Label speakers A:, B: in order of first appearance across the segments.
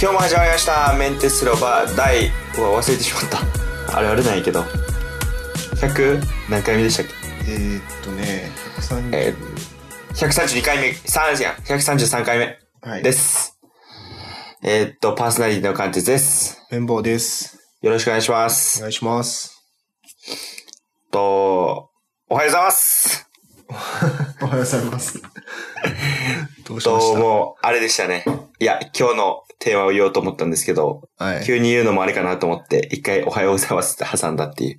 A: 今日も始まりましたメンテスロバ第うわ忘れてしまったあれあれないけど100何回目でしたっけ
B: えー、っとね、130、
A: え132回目3や133回目
B: はい。
A: です、えーっとパーソナリティの貫徹です
B: 綿棒です。
A: よろしくお願いしま
B: お
A: す
B: 願いします。
A: とおはようございます
B: おはようございます。 どうしま
A: と
B: し
A: もうあれでしたねいや今日のテーマを言おうと思ったんですけど
B: たはい。
A: 急に言うのもあれかなと思って一回おはようございますって挟んだっていう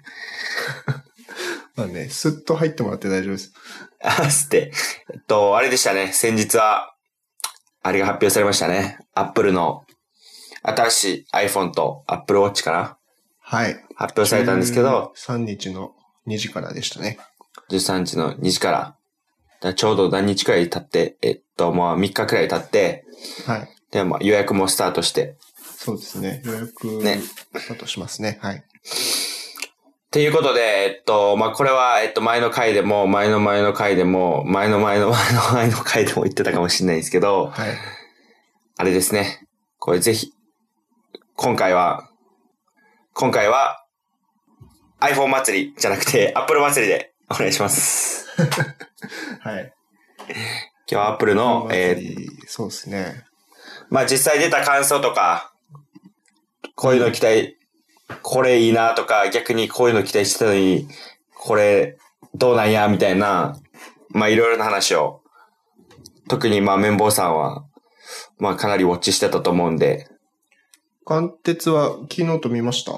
B: まあね、スッと入ってもらって大丈夫です。
A: あ、すって。えっと、あれでしたね。先日は、あれが発表されましたね。Apple の新しい iPhone と Apple Watch かな
B: はい。
A: 発表されたんですけど、
B: 3日の2時からでしたね。
A: 13時の2時から。だからちょうど何日くらい経って、えっと、まあ3日くらい経って、
B: はい。
A: で、まあ予約もスタートして。
B: そうですね。予約、
A: ね
B: スタートしますね。はい。
A: ということで、えっと、まあこれは、えっと、前の回でも、前の前の回でも、前の前の前の前の回でも言ってたかもしれないんですけど、
B: はい。
A: あれですね。これぜひ、今回は、今回は、iPhone 祭りじゃなくて Apple 祭りでお願いします。
B: はい。
A: 今日は Apple の、
B: え
A: えー
B: そうですね。
A: まあ実際出た感想とか、こういうの期待、これいいなとか、逆にこういうの期待してたのに、これどうなんやみたいな、まあいろいろな話を、特にまあ綿棒さんは、まあかなりウォッチしてたと思うんで、
B: 貫徹は昨日と見ました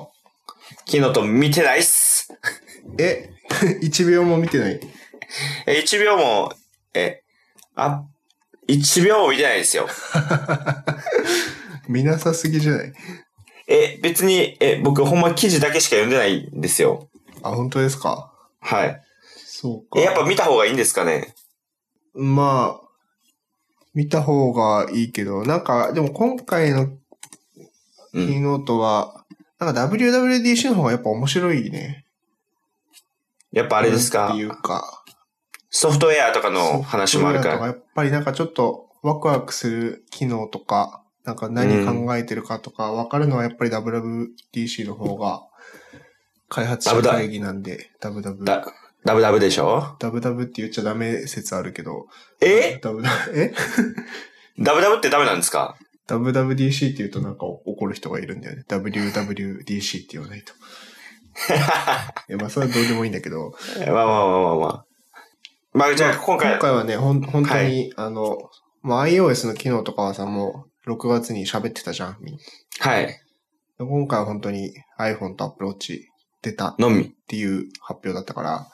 A: 昨日と見てないっす
B: え 一秒も見てない。
A: え、1秒も、え、あ、1秒も見てないですよ。
B: 見なさすぎじゃない
A: え、別に、え、僕ほんま記事だけしか読んでないんですよ。
B: あ、本当ですか
A: はい。
B: そうか。
A: え、やっぱ見た方がいいんですかね
B: まあ、見た方がいいけど、なんか、でも今回の
A: う
B: キー
A: ん。
B: ノートは、なんか WWDC の方がやっぱ面白いね。
A: やっぱあ
B: あ
A: れですか
B: っていうか。
A: ソフトウェアとかの話もあるか。
B: ソフトウェアとからやっぱりなんかちょっとワクワクする機能とか、なんか何考えてるかとか、わかるのはやっぱり WWDC の方が、開発者会議なんで、WW。
A: だ、ダブダブでしょ
B: ダブダブって言っちゃダメ説あるけど。
A: え
B: ダブダブえ
A: ダブダブってダメなんですか
B: WWDC って言うとなんか怒る人がいるんだよね。WWDC って言わない と。いや、まあそれはどうでもいいんだけど。
A: まあまあまあまあまあ。まあじゃあ今回
B: 今、回はね、ほん、本当に、
A: は
B: あの、まあ iOS の機能とかはさ、もう6月に喋ってたじゃん。みんな
A: はい。
B: 今回は本当に iPhone と Apple Watch 出たっ
A: のみ。
B: ていう発表だったから。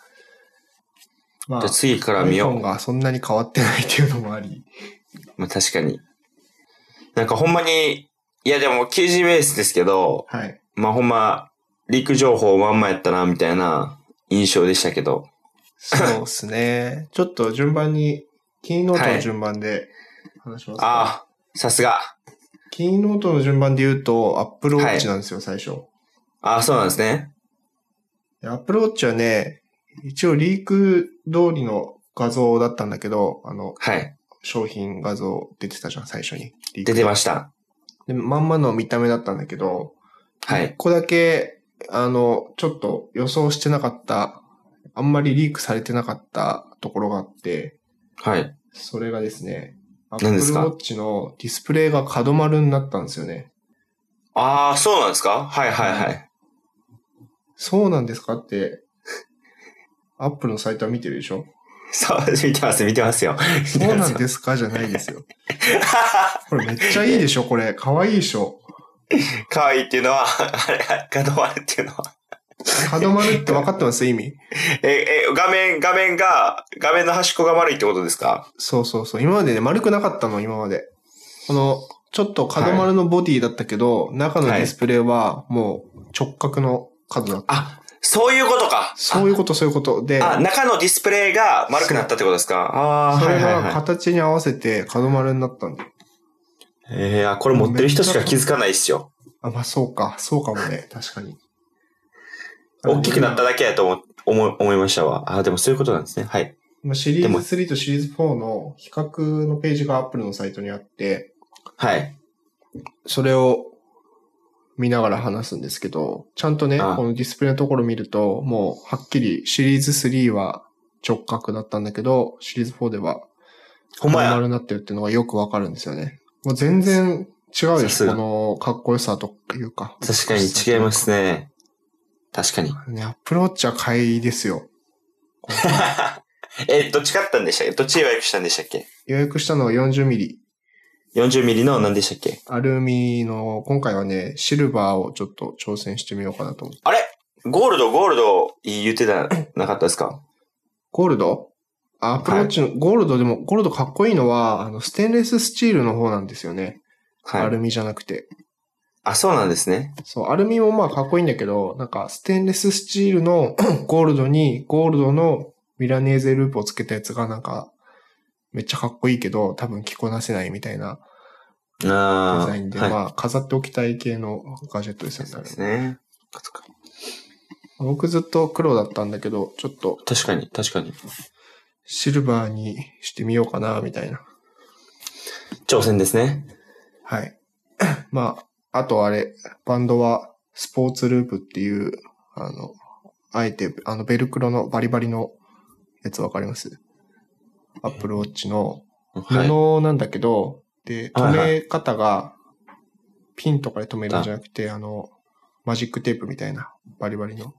B: ま
A: じゃあ次から見よう
B: iPhone。がそんなに変わってないっていうのもあり。
A: まあ確かに。なんかほんまに、いやでも記事ベースですけど、
B: はい。
A: まあほんま、リーク情報まんまやったな、みたいな印象でしたけど。
B: そうっすね。ちょっと順番に、キーノートの順番で話しますか。
A: ああ、さすが。
B: キーノートの順番で言うと、Apple
A: はい
B: Watch なんですよ、最初。
A: ああ、そうなんですね。
B: で Apple Watch はね、一応リーク通りの画像だったんだけど、あの、
A: はい。
B: 商品画像出てたじゃん、最初に。リーク
A: 出てました。
B: で、まんまの見た目だったんだけど、
A: は
B: 一
A: い。
B: 個だけ、あの、ちょっと予想してなかった、あんまりリークされてなかったところがあって、
A: はい。
B: それがですね、Apple
A: 何ですか
B: Watch のディスプレイが角丸になったんですよね。
A: ああ、そうなんですかはいはいはい。
B: そうなんですかって、 アップルのサイトは見てるでしょ
A: そう、見てます、見てますよ。見て
B: そう
A: ま
B: な
A: す
B: ん
A: よ
B: ですかじゃないですよ。これめっちゃいいでしょこれ。かわいいでしょ
A: 可愛いっていうのは、あれ、ガドワルっていうのは。
B: 角丸って分かっ てます意味。
A: え、え、画面、画面が、画面の端っこが丸いってことですか
B: そうそうそう。今までね、丸くなかったの、今まで。この、ちょっと角丸のボディだったけど、中のディスプレイはもう直角の角だった。
A: あ、そういうことか。
B: そういうこと、そういうこと。で、
A: あ、中のディスプレイが丸くなったってことですかああー、
B: そ
A: は
B: れ
A: いはい
B: が
A: はい。
B: 形に合わせて角丸になったんだ。
A: えー、あこれ持ってる人しか気づかないっすよ。
B: あ、まあそうか、そうかもね。確かに。
A: 大きくなっただけやと思、思い、思いましたわ。あーでもそういうことなんですね。はい。
B: まあシリ
A: でも
B: ーズ3とシリーズ4の比較のページがアップルのサイトにあって、
A: はい。
B: それを見ながら話すんですけど、ちゃんとね、
A: ああ
B: このディスプレイのところ見ると、もうはっきりシリーズ3は直角だったんだけど、シリーズ4では
A: ほんまや
B: 丸。になってるっていうのがよくわかるんですよね。もう全然違うで
A: さ
B: し
A: す
B: ょ、
A: が
B: このかっこよさというか。
A: 確かに違いますね。確 かに。
B: ね。アップローチは買いですよ。
A: え、どっち買ったんでしたっけどっち予約したんでしたっけ
B: 予約したのは40ミリ。
A: 40ミリの何でしたっけ
B: アルミの、今回はね、シルバーをちょっと挑戦してみようかなと思って。
A: あれゴールド、ゴールド言ってた、なかったですか
B: ゴールドあアップローチの、ゴールドでも、ゴールドかっこいいのは、あの、ステンレススチールの方なんですよね。
A: は
B: ア
A: い。
B: ルミじゃなくて。
A: あ、そうなんですね。
B: そう、アルミもまあかっこいいんだけど、なんか、ステンレススチールの ゴールドに、ゴールドのミラネーゼループをつけたやつがなんか、めっちゃかっこいいけど、多分着こなせないみたいなデ
A: ああ。
B: ザインで、
A: はい
B: まあ、飾っておきたい系のガジェットですよね
A: そ
B: あ
A: う
B: れ
A: で
B: ね
A: す。ね。そっか
B: 僕ずっと黒だったんだけど、ちょっと
A: 確かに、確かに。
B: シルバーにしてみようかな、みたいな。
A: 挑戦ですね。
B: はい。 まあ、あとあれ、バンドはスポーツループっていう、あの、あえて、あの、ベルクロのバリバリのやつわかりますアップルウォッチの
A: はい。
B: 布なんだけど、で、
A: はいは
B: 止め方が、ピンとかで止めるんじゃなくて、あの、マジックテープみたいな、バリバリの。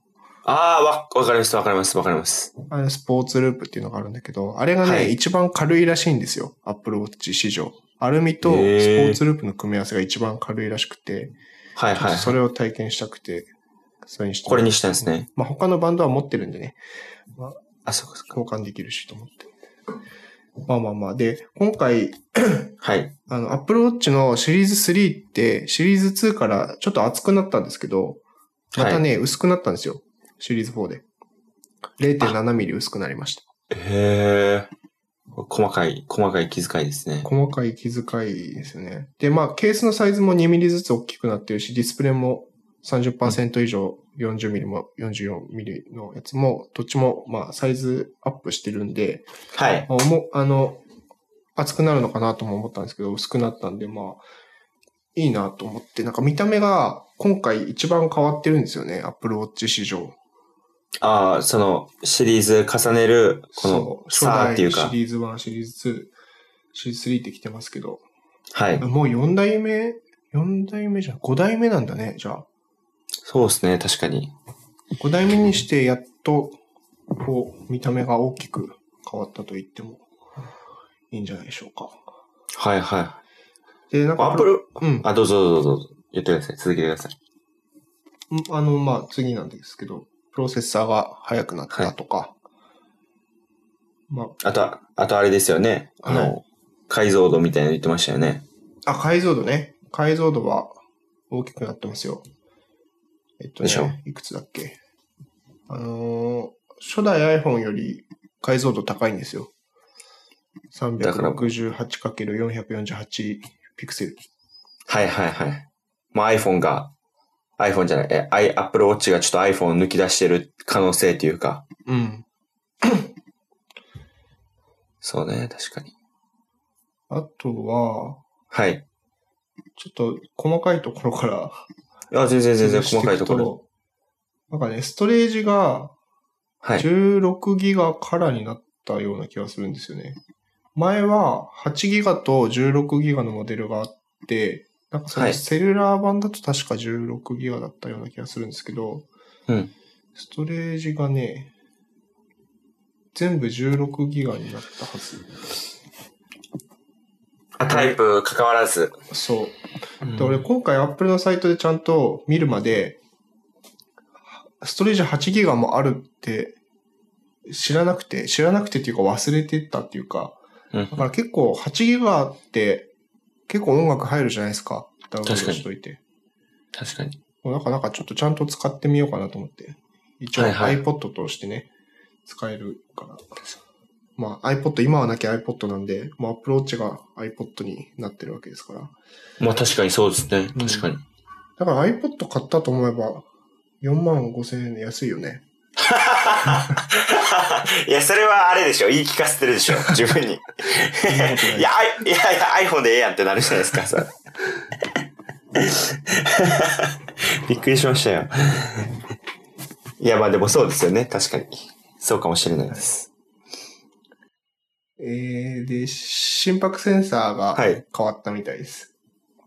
A: ああ、わ、わかります、わかります、わかります。
B: あの、スポーツループっていうのがあるんだけど、あれがね、
A: はい
B: 一番軽いらしいんですよ。アップルウォッチ史上。アルミとスポ
A: へー
B: ーツループの組み合わせが一番軽いらしくて、
A: はい
B: ちょっ
A: はい
B: と。それを体験したくて、それにして。
A: これにしたんですね。
B: まあ他のバンドは持ってるんでね、
A: あ、そうかそうか。
B: 交換できるしと思って。まあまあまあ。で、今回、
A: はい。
B: あの、Apple Watch のシリーズ3って、シリーズ2からちょっと厚くなったんですけど、またね、薄くなったんですよ。シリーズ4で。0.7ミリ薄くなりました。
A: へえ。細かい、細かい気遣いですね。
B: 細かい気遣いですよね。で、まあ、ケースのサイズも2ミリずつ大きくなってるし、ディスプレイも30%以上、40ミリも44ミリのやつも、どっちも、まあ、サイズアップしてるんで、
A: はい。
B: まあ、もあの、厚くなるのかなとも思ったんですけど、薄くなったんで、まあ、いいなと思って、なんか見た目が今回一番変わってるんですよね、Apple Watch 史上。
A: ああ、その、シリーズ重ねる、この、
B: そう
A: さあっていう
B: 初代
A: か
B: シ。リーズ1、シリーズ2、シリーズ3って来てますけど、
A: はい。
B: もう4代目 ?4 代目じゃん。5代目なんだね、じゃあ。
A: そうですね、確かに。
B: 5代目にして、やっと、こう、見た目が大きく変わったと言ってもいいんじゃないでしょうか。
A: はいはい。
B: で、なんか、
A: アップル、
B: うん。
A: あ、どうぞどうぞどうぞ。言ってください。続けてください。
B: うんあの、まあ、次なんですけど、プロセッサーが速くなったとか、ま
A: あとは、あとあれですよね。あの、
B: は
A: 解像度みたいなの言ってましたよね。
B: あ、あ、解像度ね。解像度は大きくなってますよ。えっと
A: でしょ
B: ね、いくつだっけあのー初代 iPhone より解像度高いんですよ。
A: だから
B: 368×448 ピクセル。
A: はいはいはい。まあ iPhone が、iPhone じゃない、え、i- Apple Watch がちょっと iPhone を抜き出してる可能性というか。
B: うん。
A: そうね、確かに。
B: あとは、
A: はい。
B: ちょっと細かいところから
A: あ、全然全然
B: 潰して
A: 細
B: く
A: かいところ。。
B: なんかね、ストレージが
A: はい。
B: 16ギガからになったような気がするんですよね。前は8ギガと16ギガのモデルがあって、なんかそ
A: は
B: の
A: い
B: セルラー版だと確か16ギガだったような気がするんですけど、
A: うん
B: ストレージがね、全部16ギガになったはず。
A: あタイプ関わらず。
B: そう。
A: うん
B: で、俺今回 Apple のサイトでちゃんと見るまで、ストレージ8ギガもあるって知らなくて、知らなくてっていうか忘れてたっていうか、
A: うん
B: だから結構8ギガって結構音楽入るじゃないですか。ダウンロードしといて。
A: 確かに。
B: もうなんかなんかちょっとちゃんと使ってみようかなと思って。一応
A: はいはい
B: iPod としてね、使えるから。まあ iPod、今はなきゃ iPod なんで、もう Apple Watch が iPod になってるわけですから。
A: まあ確かにそうですね。
B: うん
A: 確かに。
B: だから iPod 買ったと思えば、4万5千円で安いよね。
A: いや、それはあれでしょ。言い聞かせてるでし ょ。自分に。い
B: そんなことない
A: や、あいいやいや、iPhone でええやんってなるじゃないですか、それ。 びっくりしましたよ。いや、まあでもそうですよね。確かに。そうかもしれないです。
B: えー、で、心拍センサーが
A: はい
B: 変わったみたいです。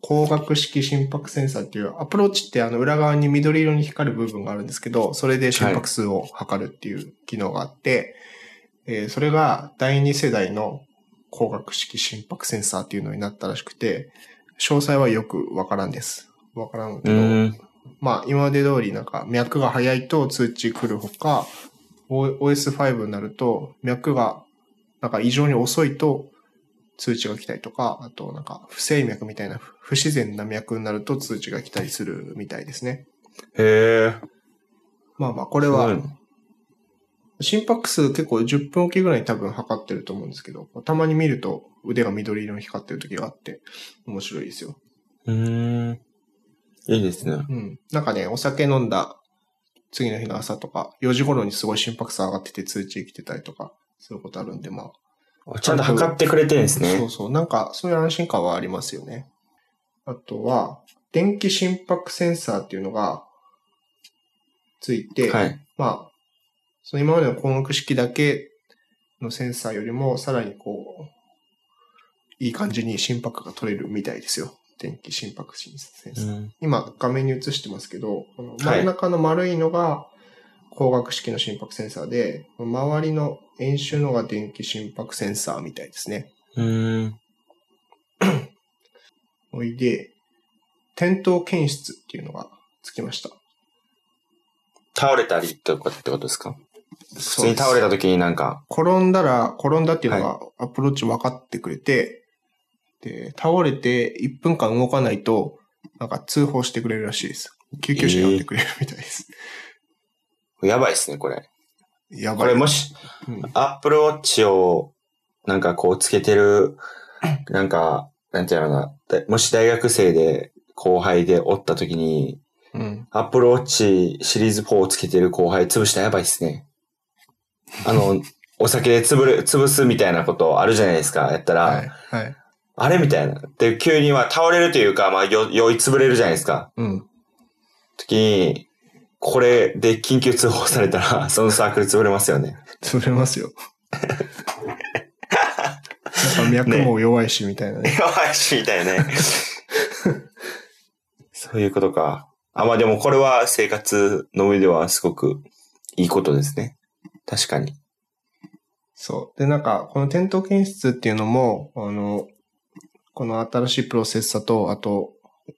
B: 光学式心拍センサーっていう、アプローチってあの裏側に緑色に光る部分があるんですけど、それで心拍数を測るっていう機能があって、えーそれが第2世代の光学式心拍センサーっていうのになったらしくて、詳細はよくわからんです。わからんけ
A: う
B: ど、
A: ーん。
B: まあ、今まで通り、なんか、脈が早いと通知来るほか、O- OS5 になると、脈が、なんか異常に遅いと通知が来たりとか、あと、なんか、不整脈みたいな、不自然な脈になると通知が来たりするみたいですね。
A: へえ。
B: まあまあ、これ
A: で
B: は、心拍数結構10分おきぐらいに多分測ってると思うんですけど、たまに見ると腕が緑色に光ってる時があって、面白いですよ。
A: うーん。いいですね。
B: うん。なんかね、お酒飲んだ次の日の朝とか、4時頃にすごい心拍数上がってて通知来てたりとか、そういうことあるんで、ま
A: ちゃんと測ってくれてるんです
B: あ、そう
A: ね。
B: そう、なんかそういう安心感はありますよね。あとは、電気心拍センサーっていうのがついて、
A: はい。
B: まあ、その今までの項目式だけのセンサーよりも、さらにこう、いい感じに心拍が取れるみたいですよ。電気心拍センサー。
A: うん
B: 今画面に映してますけど、この
A: は
B: 真
A: い
B: ん中の丸いのが光学式の心拍センサーで、周りの円周のが電気心拍センサーみたいですね。
A: うーん。
B: おいで、転倒検出っていうのがつきました。
A: 倒れたりとかってことですか普
B: 普
A: 通に倒れた時になんか、
B: 転んだら、転んだっていうのがアプローチ分かってくれて、で、倒れて1分間動かないと、なんか通報してくれるらしいです。救急車呼んでくれるみたいです。
A: やばいですね、これ。
B: やば
A: こ
B: い。
A: れもし、
B: うん
A: アップルウォッチを、なんかこうつけてる、なんか、なんていうのかな、だもし大学生で後輩でおった時に、
B: うん。
A: アップルウォッチシリーズ4をつけてる後輩潰したらやばいっすね。あの、 お酒で潰る、潰すみたいなことあるじゃないですか、やったら、
B: はい。はい。
A: あれみたいな。で、急には倒れるというか、まあ、よ、酔い潰れるじゃないですか。
B: うん。
A: 時に、これで緊急通報されたら、 そのサークル潰れますよね。
B: 潰れますよ。なんか脈も弱いし、みたいなね。
A: やばいし、みたいなね。 そういうことか。あ、まあでもこれは生活の上ではすごくいいことですね。確かに。
B: そう。で、なんか、この点灯検出っていうのも、あの、この新しいプロセッサと、あと、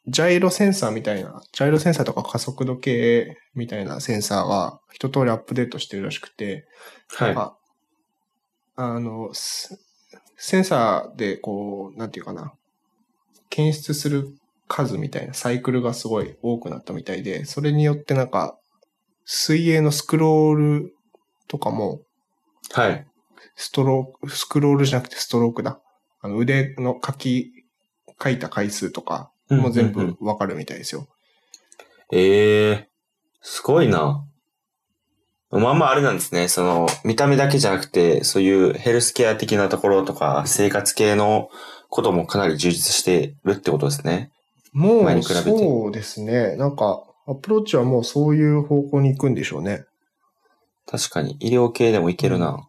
B: ジャイロセンサーみたいな、ジャイロセンサーとか加速度計みたいなセンサーが一通りアップデートしてるらしくて、
A: はい。
B: ああの、すセンサーでこう、なんていうかな、検出する数みたいなサイクルがすごい多くなったみたいで、それによってなんか、水泳のスクロールとかも、
A: はい。
B: ストローク、スクロールじゃなくてストロークだ。あの腕の書き、書いた回数とかも全
A: うんうんう
B: 部
A: ん。
B: わかるみたいですよ。
A: ええすごいな。まあまああれなんですね。その、見た目だけじゃなくて、そういうヘルスケア的なところとか、生活系のこともかなり充実してるってことですね。
B: も
A: 前
B: う、
A: に比べて
B: そうですね。なんか、アプローチはもうそういう方向に行くんでしょうね。
A: 確かに、医療系でもいけるな。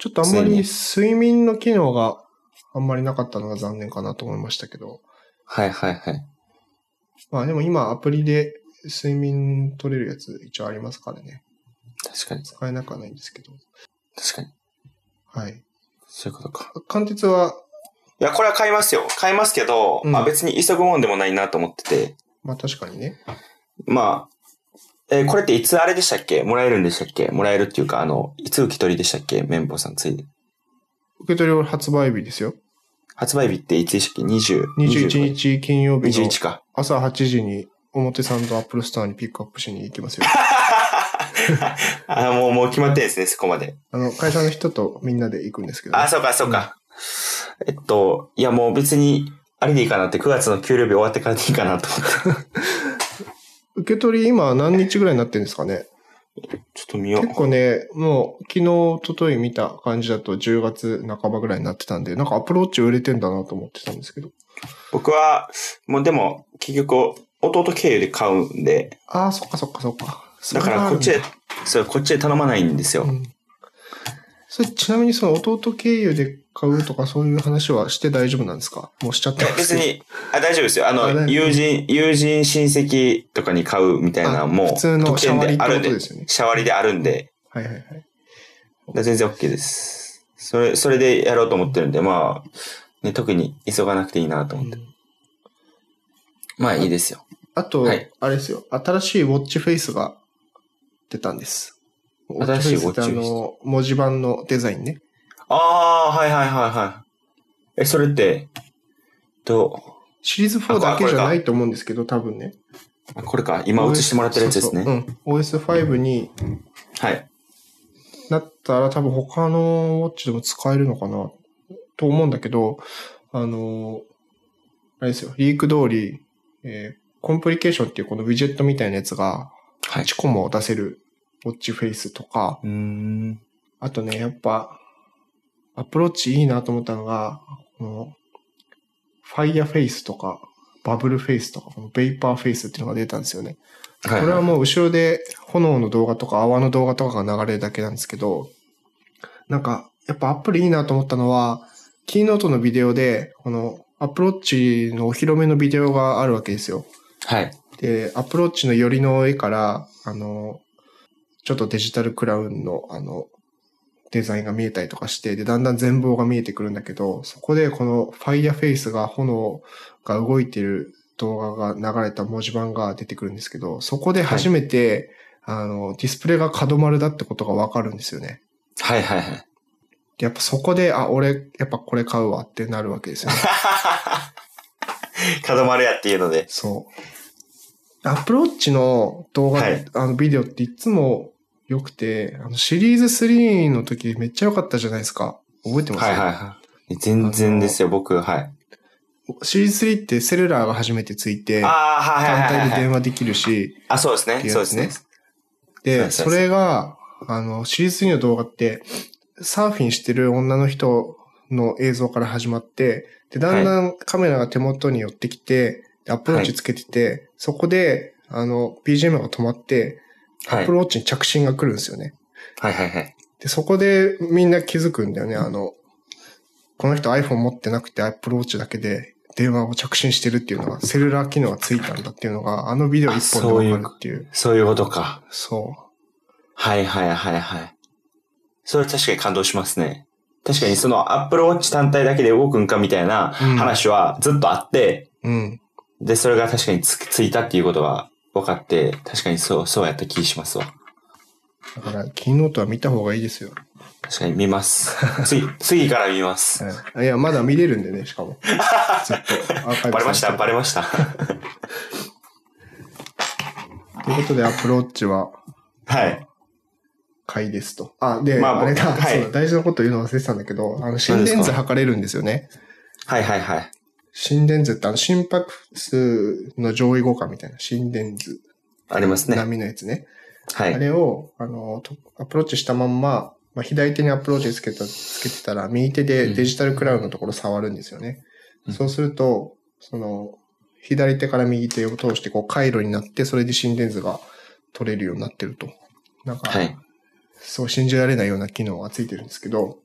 B: ちょっとあんまり睡眠の機能があんまりなかったのが残念かなと思いましたけど。
A: はいはいはい。
B: まあでも今アプリで睡眠取れるやつ一応ありますからね。
A: 確かに、
B: 使えなくはないんですけど。
A: 確かに。
B: はい。
A: そういうことか。
B: 貫徹は、
A: いや、これは買いますよ。買いますけど、
B: うん
A: まあ別に急ぐもんでもないなと思ってて。
B: まあ確かにね。
A: まあ、えーこれっていつあれでしたっけもらえるんでしたっけもらえるっていうか、あの、いつ受け取りでしたっけ綿棒さんついで。
B: 受け取りは発売日ですよ。
A: 発売日っていつでしたっけ ?20。
B: 21日金曜日の
A: 21か。
B: 朝8時に表参道アップルストアにピックアップしに行きますよ。
A: あもう、もう決まってんですね、そこまで。
B: あの、会社の人とみんなで行くんですけどね、
A: あ、そうか、そうか。えっと、いや、もう別に、あれでいいかなって、9月の給料日終わってからでいいかなと思って。
B: 受け取り今何日ぐらいになってるんですかね。
A: ちょっと見よ
B: 結構ね、もう昨日、一昨日見た感じだと10月半ばぐらいになってたんで、なんかアプローチ売れてんだなと思ってたんですけど。
A: 僕は、もうでも、結局、弟経由で買うんで、
B: ああ、そっかそっかそっか。
A: だからこっち
B: へ
A: で、そう、こっちで頼まないんですよ。
B: うん。それちなみにその弟経由で買うとかそういう話はして大丈夫なんですかもうしちゃって
A: い
B: ま
A: や
B: す
A: 別。に、あ、大丈夫ですよ。あ
B: あ大丈
A: の、
B: 夫
A: 友人、友人、親戚とかに買うみたいな、
B: あ
A: もう、
B: 普通の
A: 特
B: シャ
A: 典
B: ワリ
A: で
B: って
A: あ
B: こ
A: る
B: と
A: んで
B: で、すよね。
A: シャワリであるんで、
B: はいはいはい。
A: だから全然 OK です。それ、それでやろうと思ってるんで、まあ、ね、特に急がなくていいなと思って。
B: うん
A: まあいいですよ。
B: あと、
A: はい
B: あれですよ。新しいウォッチフェイスが出たんです。
A: 新しいウォッチフェイス
B: ウォってあの、文字盤のデザインね。
A: ああ、はいはいはいはい。え、それって、ど
B: シリーズ4だけじゃないと思うんですけど、多分ね。
A: う、あこれか、今映してもらってるやつですね。
B: そうそううん。OS5 に
A: はい。
B: なったら多分他のウォッチでも使えるのかなと思うんだけど、あの、あれですよ、リーク通り、えーコンプリケーションっていうこのウィジェットみたいなやつが
A: はい。
B: 8コマを出せるウォッチフェイスとか、
A: うーん。
B: あとね、やっぱ、アプローチいいなと思ったのが、この、ファイヤーフェイスとか、バブルフェイスとか、このベイパーフェイスっていうのが出たんですよね。
A: はい、
B: これはもう後ろで炎の動画とか泡の動画とかが流れるだけなんですけど、なんか、やっぱアップルいいなと思ったのは、キーノートのビデオで、このアプローチのお披露目のビデオがあるわけですよ。
A: はい。
B: で、アプローチの寄りの絵から、あの、ちょっとデジタルクラウンの、あの、デザインが見えたりとかして、で、だんだん全貌が見えてくるんだけど、そこでこのファイヤーフェイスが炎が動いてる動画が流れた文字盤が出てくるんですけど、そこで初めて、あの、ディスプレイが角丸だってことがわかるんですよね。
A: はいはいはい。
B: でやっぱそこで、あ、俺、やっぱこれ買うわってなるわけですよね。
A: 角丸やっていうので。
B: そう。アップローチの動画、
A: はい
B: あのビデオっていつも良くて、あのシリーズ3の時めっちゃ良かったじゃないですか。覚えてます
A: はいはいはい。全然ですよ、僕、はい。
B: シリーズ3ってセルラーが初めてついて、単
A: ああ、はいはいはい
B: 体
A: は
B: で
A: い、
B: 電話できるし、
A: あ、そうです
B: って
A: ね。
B: いう
A: そう
B: や
A: で
B: つ
A: す
B: ね
A: ね。
B: で、
A: そうそうそう
B: それが、あの、シリーズ3の動画って、サーフィンしてる女の人の映像から始まって、で、だんだんカメラが手元に寄ってきて、でアップローチつけてて、そこで、あの、BGM が止まって、
A: は
B: アッ
A: い
B: プ。ローチに着信が来るんですよね。
A: はいはいはい。
B: で、そこでみんな気づくんだよね。あの、この人 iPhone 持ってなくて Apple Watch だけで電話を着信してるっていうのが、セルラー機能がついたんだっていうのが、あのビデオ一本でわかるっていう。
A: そういうことか。
B: そう
A: はいはいはいはい。それは確かに感動しますね。確かにその Apple Watch 単体だけで動くんかみたいな
B: うん
A: 話はずっとあって、
B: う。ん。
A: で、それが確かにつついたっていうことが分かって、確かにそう、そうやった気しますわ。
B: だから、キーノートは見た方がいいですよ。
A: 確かに見 ます。次、次から見ます。
B: はい、いや、まだ見れるんでね、し かも。ずっとアーカイブされてる
A: バレました、バレました。
B: ということで、Apple Watch は
A: はい。
B: 買いですと。あ、で、
A: ま
B: あ、
A: あ
B: れだ、
A: 僕はい
B: そうだ大事なこと言うの忘れてたんだけど、あの、心電図測れるんですよね。
A: はいはいはい。
B: 心電図ってあの心拍数の上位互換みたいな心電図
A: ありますね。
B: 並みのやつね。
A: は
B: あ
A: い。
B: れをあのとアプローチしたまんま、まあ、左手にアプローチつけたつけてたら右手
A: う
B: で
A: ん
B: デジタルクラウンのところ触るんですよね。
A: うん
B: そうすると、その左手から右手を通してこう回路になってそれで心電図が取れるようになってると。なんか、
A: はい。
B: そう信じられないような機能がついてるんですけど、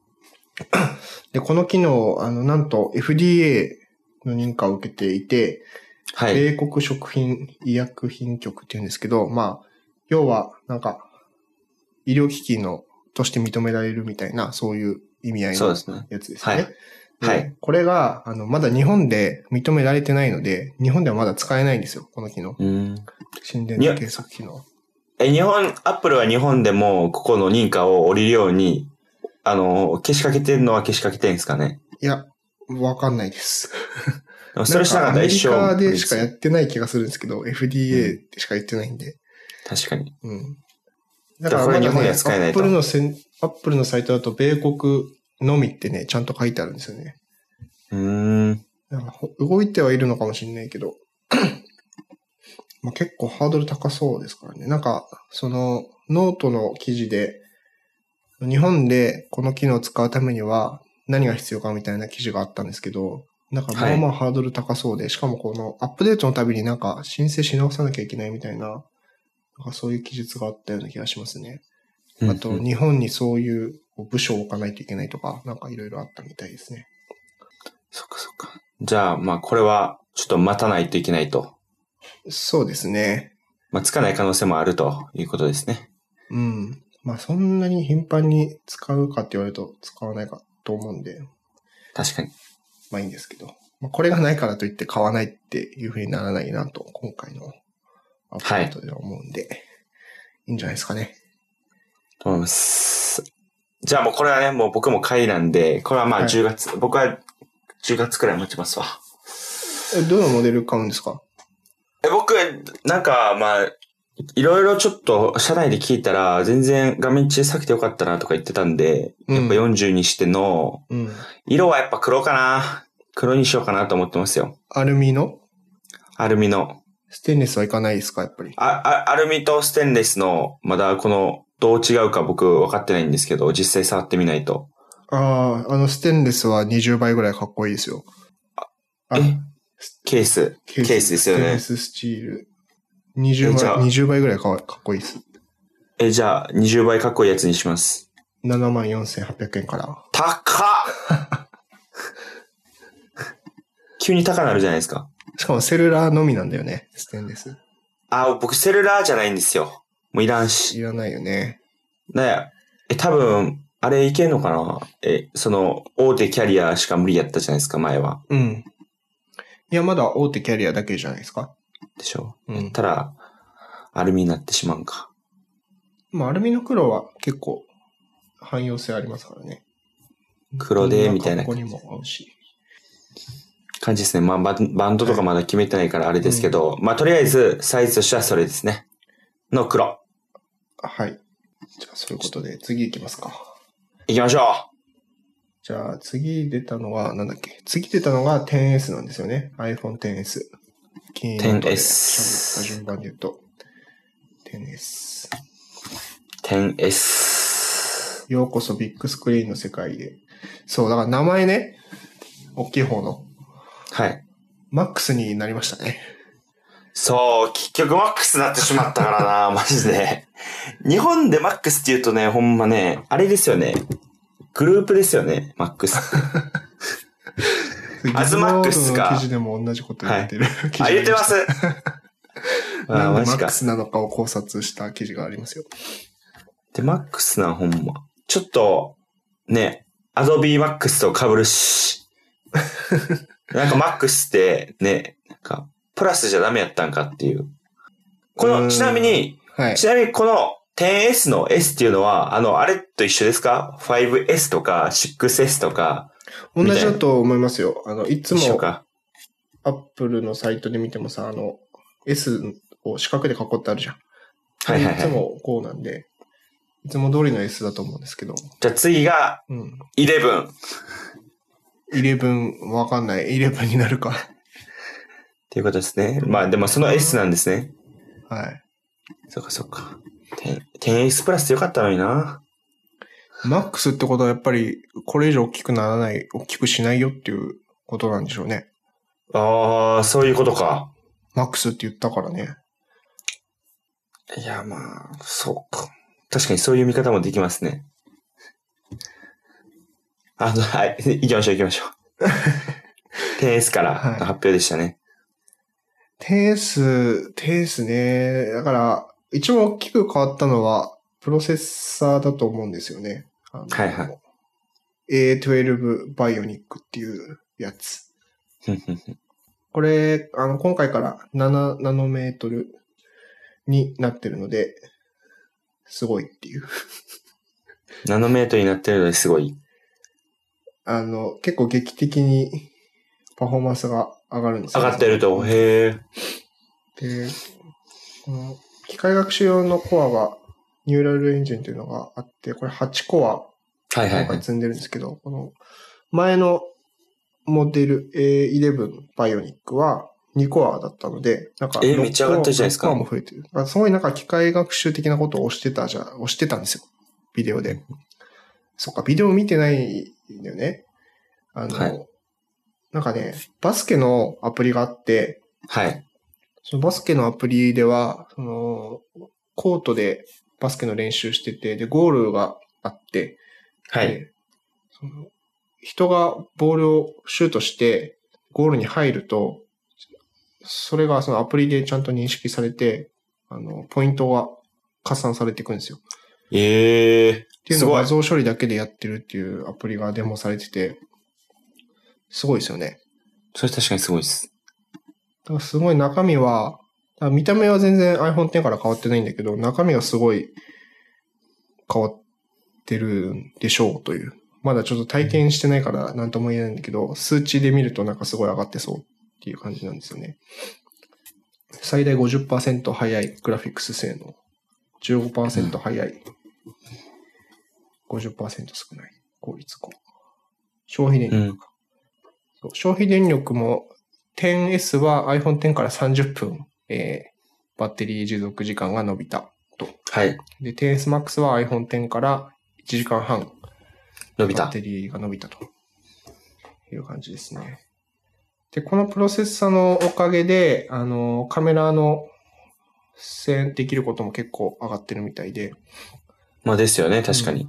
B: で、この機能、あの、なんと FDA の認可を受けていて、
A: はい。
B: 米国食品医薬品局っていうんですけど、まあ、要は、なんか、医療機器の、として認められるみたいな、そういう意味合い
A: そうで
B: の
A: すね。
B: やつですよね。で
A: はい。
B: これが、あの、まだ日本で認められてないので、日本ではまだ使えないんですよ、この機能。
A: うん。
B: 心電図計測機能。
A: え、日本、アップルは日本でもここの認可を降りるように、あの、消しかけてんのは消しかけてんですかね。
B: いや、わかんないです。
A: それしなかったら一生。
B: なんかアメリカでしかやってない気がするんですけど、FDA でしか言ってないんで。
A: 確かに。
B: うん。だ
A: だ
B: か
A: かららこれ
B: まだね、
A: 日本では使えないと
B: アップルのせん、アップルのサイトだと、米国のみってね、ちゃんと書いてあるんですよね。
A: うーん。
B: なんかほ動いてはいるのかもしれないけど。 まあ、結構ハードル高そうですからね。なんか、その、ノートの記事で、日本でこの機能を使うためには何が必要かみたいな記事があったんですけど、なんかまあまあハードル高そうで、しかもこのアップデートのたびになんか申請し直さなきゃいけないみたいな、なんかそういう記述があったような気がしますね。あと、日本にそういう部署を置かないといけないとか、なんかいろいろあったみたいですね。
A: そっかそっか。じゃあ、まあ、これは、ちょっと待たないといけないと。
B: そうですね。
A: まあ、つかない可能性もあるということですね。
B: うん。まあそんなに頻繁に使うかって言われると使わないかと思うんで、
A: 確かに。
B: まあいいんですけど。まあ、これがないからといって買わないっていうふうにならないなと、今回のアップデートでは思うんで、い、いんじゃないですかね。
A: と思います。じゃあもうこれはね、もう僕も買いなんで、これはまあ
B: はい
A: 10月、僕は10月くらい待ちますわ。
B: え、どのモデル買うんですか
A: え、僕、なんかまあ、いろいろちょっと社内で聞いたら、全然画面小さくてよかったなとか言ってたんで、
B: うん
A: やっぱ40にしての、
B: うん。
A: 色はやっぱ黒かな。黒にしようかなと思ってますよ。
B: アルミの
A: アルミの。
B: ステンレスはいかないですかやっぱり。
A: あ、あアルミとステンレスの、まだこの、どう違うか僕分かってないんですけど、実際触ってみないと。
B: ああ、あのステンレスは20倍ぐらいかっこいいですよ。あ
A: えケース。ケースですよ
B: ステンレ
A: ね。
B: ススチール。20
A: えじゃあ
B: 倍、20倍ぐらいかわかっこいいです。
A: え、じゃあ、20倍かっこいいやつにします。
B: 7万4800円から。
A: 高っ 急に高なるじゃないですか。
B: しかもセルラーのみなんだよね、ステンレス。
A: あ、僕セルラーじゃないんですよ。もういらんし。
B: いらないよね。
A: ねえ、多分、あれいけんのかなえ、その、大手キャリアしか無理やったじゃないですか、前は。
B: うん。いや、まだ大手キャリアだけじゃないですか。
A: でしょ
B: うん。
A: ただ、アルミになってしまうんか。
B: まあ、アルミの黒は結構汎用性ありますからね。
A: 黒で、みたいな
B: ここにも合うし。
A: 感じですね。まあ、バンバンドとかまだ決めてないからあれですけど、まあ、とりあえず、サイズとしてはそれですね。の黒。
B: はい。じゃあ、そういうことで、次行きますか。
A: いきましょ
B: じゃあ、次出たのは、なんだっけ次出たのが 10S なんですよね。iPhone 10S。キーノート
A: 10S
B: で喋った順番で言うと。10S。
A: う 10S。
B: ようこそビッグスクリーンの世界へ。そう、だから名前ね。大きい方の。
A: はい。
B: マックスになりましたね。
A: そう、結局マックスになってしまった からな、マジで。日本でマックスって言うとね、ほんまね、あれですよね。グループですよね、マックス。アズマックスか
B: ギズモードの記事でも同じこと言ってる、 記事が
A: あ、
B: あ
A: 言
B: り
A: って
B: ま
A: ま
B: した
A: す。 あ、
B: なんで
A: マ
B: マ
A: ジ
B: ッ
A: か
B: ク。スなのかを考察した記事がありますよ。
A: で、マックスな、ほんま。ちょっと、ね、アドビーマックスと被る し。なんかマックスって、ね、なんか、プラスじゃダメやったんかっていう。こ
B: うーん
A: の、ちなみに、
B: はい。
A: ちなみにこの 10S の S っていうのは、あの、あれと一緒ですか ?5S とか 6S とか、
B: 同じだと思いますよ。あの、いつ
A: 一緒
B: も
A: か。
B: アップルのサイトで見てもさ、あの、S を四角で囲ってあるじゃん。
A: はいはいはい
B: つもこうなんで、いつも通りの S だと思うんですけど。
A: じゃあ次が
B: うん。
A: 11。
B: 11、わかんない。11になるか。
A: っていうことですね。まあでもその S なんですね。
B: はい。
A: そっかそっか。10 10S プラスでよかったのにな。
B: マックスってことはやっぱり、これ以上大きくならない、大きくしないよっていうことなんでしょうね。
A: ああ、そういうことか。
B: マックスって言ったからね。
A: いや、まあ、そうか。確かにそういう見方もできますね。あの、はい。行きましょう、行きま しょう。10S からの発表でしたね。
B: 定数、定数ね。だから、一番大きく変わったのは、プロセッサーだと思うんですよね。あの
A: はいは
B: A12 バイオニックっていうやつ。これ、あの、今回から7ナノメートルになってるので、すごいっていう。
A: ナノメートルになってるのですごい。
B: あの、結構劇的にパフォーマンスが上がるんです
A: 上がってると、へえ。
B: で、この機械学習用のコアが、ニューラルエンジンというのがあって、これ8コア
A: はいはい
B: 今
A: はい
B: 回。積んでるんですけど、この前のモデル A11 バイオニックは、 2コアだったので、なんか、
A: えーめっちゃ上がったじゃないですか
B: 6コアも増えてる。あすごいなんか機械学習的なことを押してたじゃ、押してたんですよ。ビデオで。そっか、ビデオ見てないんだよね。あの、
A: はい
B: なんかね、バスケのアプリがあって、
A: はい。
B: そのバスケのアプリでは、その、コートでバスケの練習してて、で、ゴールがあって、
A: はい。
B: でその人がボールをシュートして、ゴールに入ると、それがそのアプリでちゃんと認識されて、あの、ポイントが加算されていくんですよ。っ
A: ええ
B: ていうのを
A: すごい
B: 画像処理だけでやってるっていうアプリがデモされてて、すごいですよね。
A: それ確かにすごいです。
B: だからすごい中身は、だから見た目は全然 iPhone X から変わってないんだけど、中身がすごい変わってるんでしょうという。まだちょっと体験してないから何とも言えないんだけど、数値で見るとなんかすごい上がってそうっていう感じなんですよね。最大50%速いグラフィックス性能。15%速い。50%少ない。効率高。消費電力
A: うん。
B: そう消費電力も 10S は iPhone X から30分、えーバッテリー持続時間が伸びた。
A: はい。
B: で、10S Max は iPhone X から1時間半、
A: 伸び
B: バッ
A: た。
B: テリーが伸びたという感じですね。で、このプロセッサーのおかげで、あの、カメラの出演できることも結構上がってるみたいで、
A: まあですよね、確かに。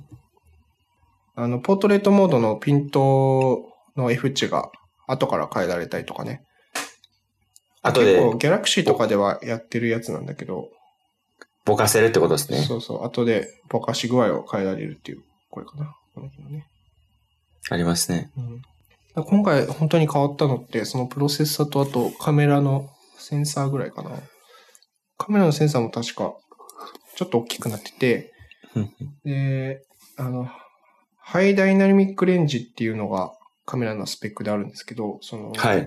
B: あの、ポートレートモードのピントの F 値が後から変えられたりとかね。
A: 後で
B: 結構、ギャラクシーとかではやってるやつなんだけど、
A: ぼかせるってことですね。
B: そうそう、後でぼかし具合を変えられるっていう、これかな。この機能ね。
A: ありますね。
B: うん。だから今回本当に変わったのって、そのプロセッサーとあとカメラのセンサーぐらいかな。カメラのセンサーも確か、ちょっと大きくなってて、
A: うん
B: で、あの、ハイダイナミックレンジっていうのがカメラのスペックであるんですけど、その、
A: はい。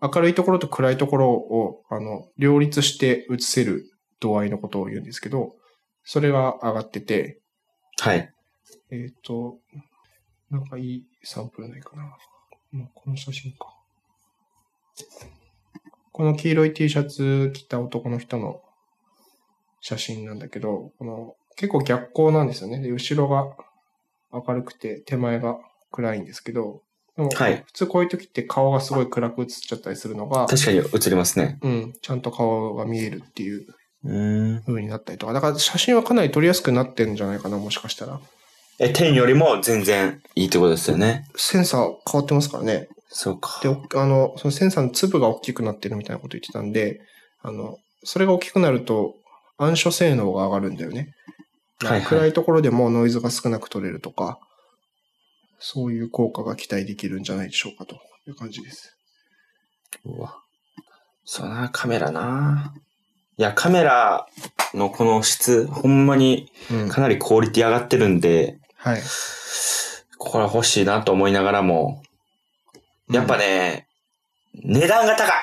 B: 明るいところと暗いところを、あの、両立して映せる度合いのことを言うんですけど、それが上がってて、
A: はい。
B: えっ、と、なんかいいサンプルないかな。もうこの写真か。この黄色い T シャツ着た男の人の写真なんだけど、この結構逆光なんですよね。で、後ろが明るくて手前が暗いんですけど、でも
A: はい
B: 普通こういう時って顔がすごい暗く映っちゃったりするのが、
A: 確かに映りますね。
B: うん、ちゃんと顔が見えるっていう
A: うーん。
B: 風になったりとか、だから写真はかなり撮りやすくなってるんじゃないかな、もしかしたら。
A: え、天よりも全然いいってことですよね。
B: センサー変わってますからね。
A: そうか。
B: で、おあの、そのセンサーの粒が大きくなってるみたいなこと言ってたんで、あの、それが大きくなると暗所性能が上がるんだよね。
A: はいはい
B: 暗いところでもノイズが少なく取れるとか、そういう効果が期待できるんじゃないでしょうかという感じです。
A: うわ。そうな、カメラな。いや、カメラのこの質、ほんまに
B: うん。
A: かなりクオリティ上がってるんで、
B: はい。
A: これは欲しいなと思いながらも、やっぱね、値段が高い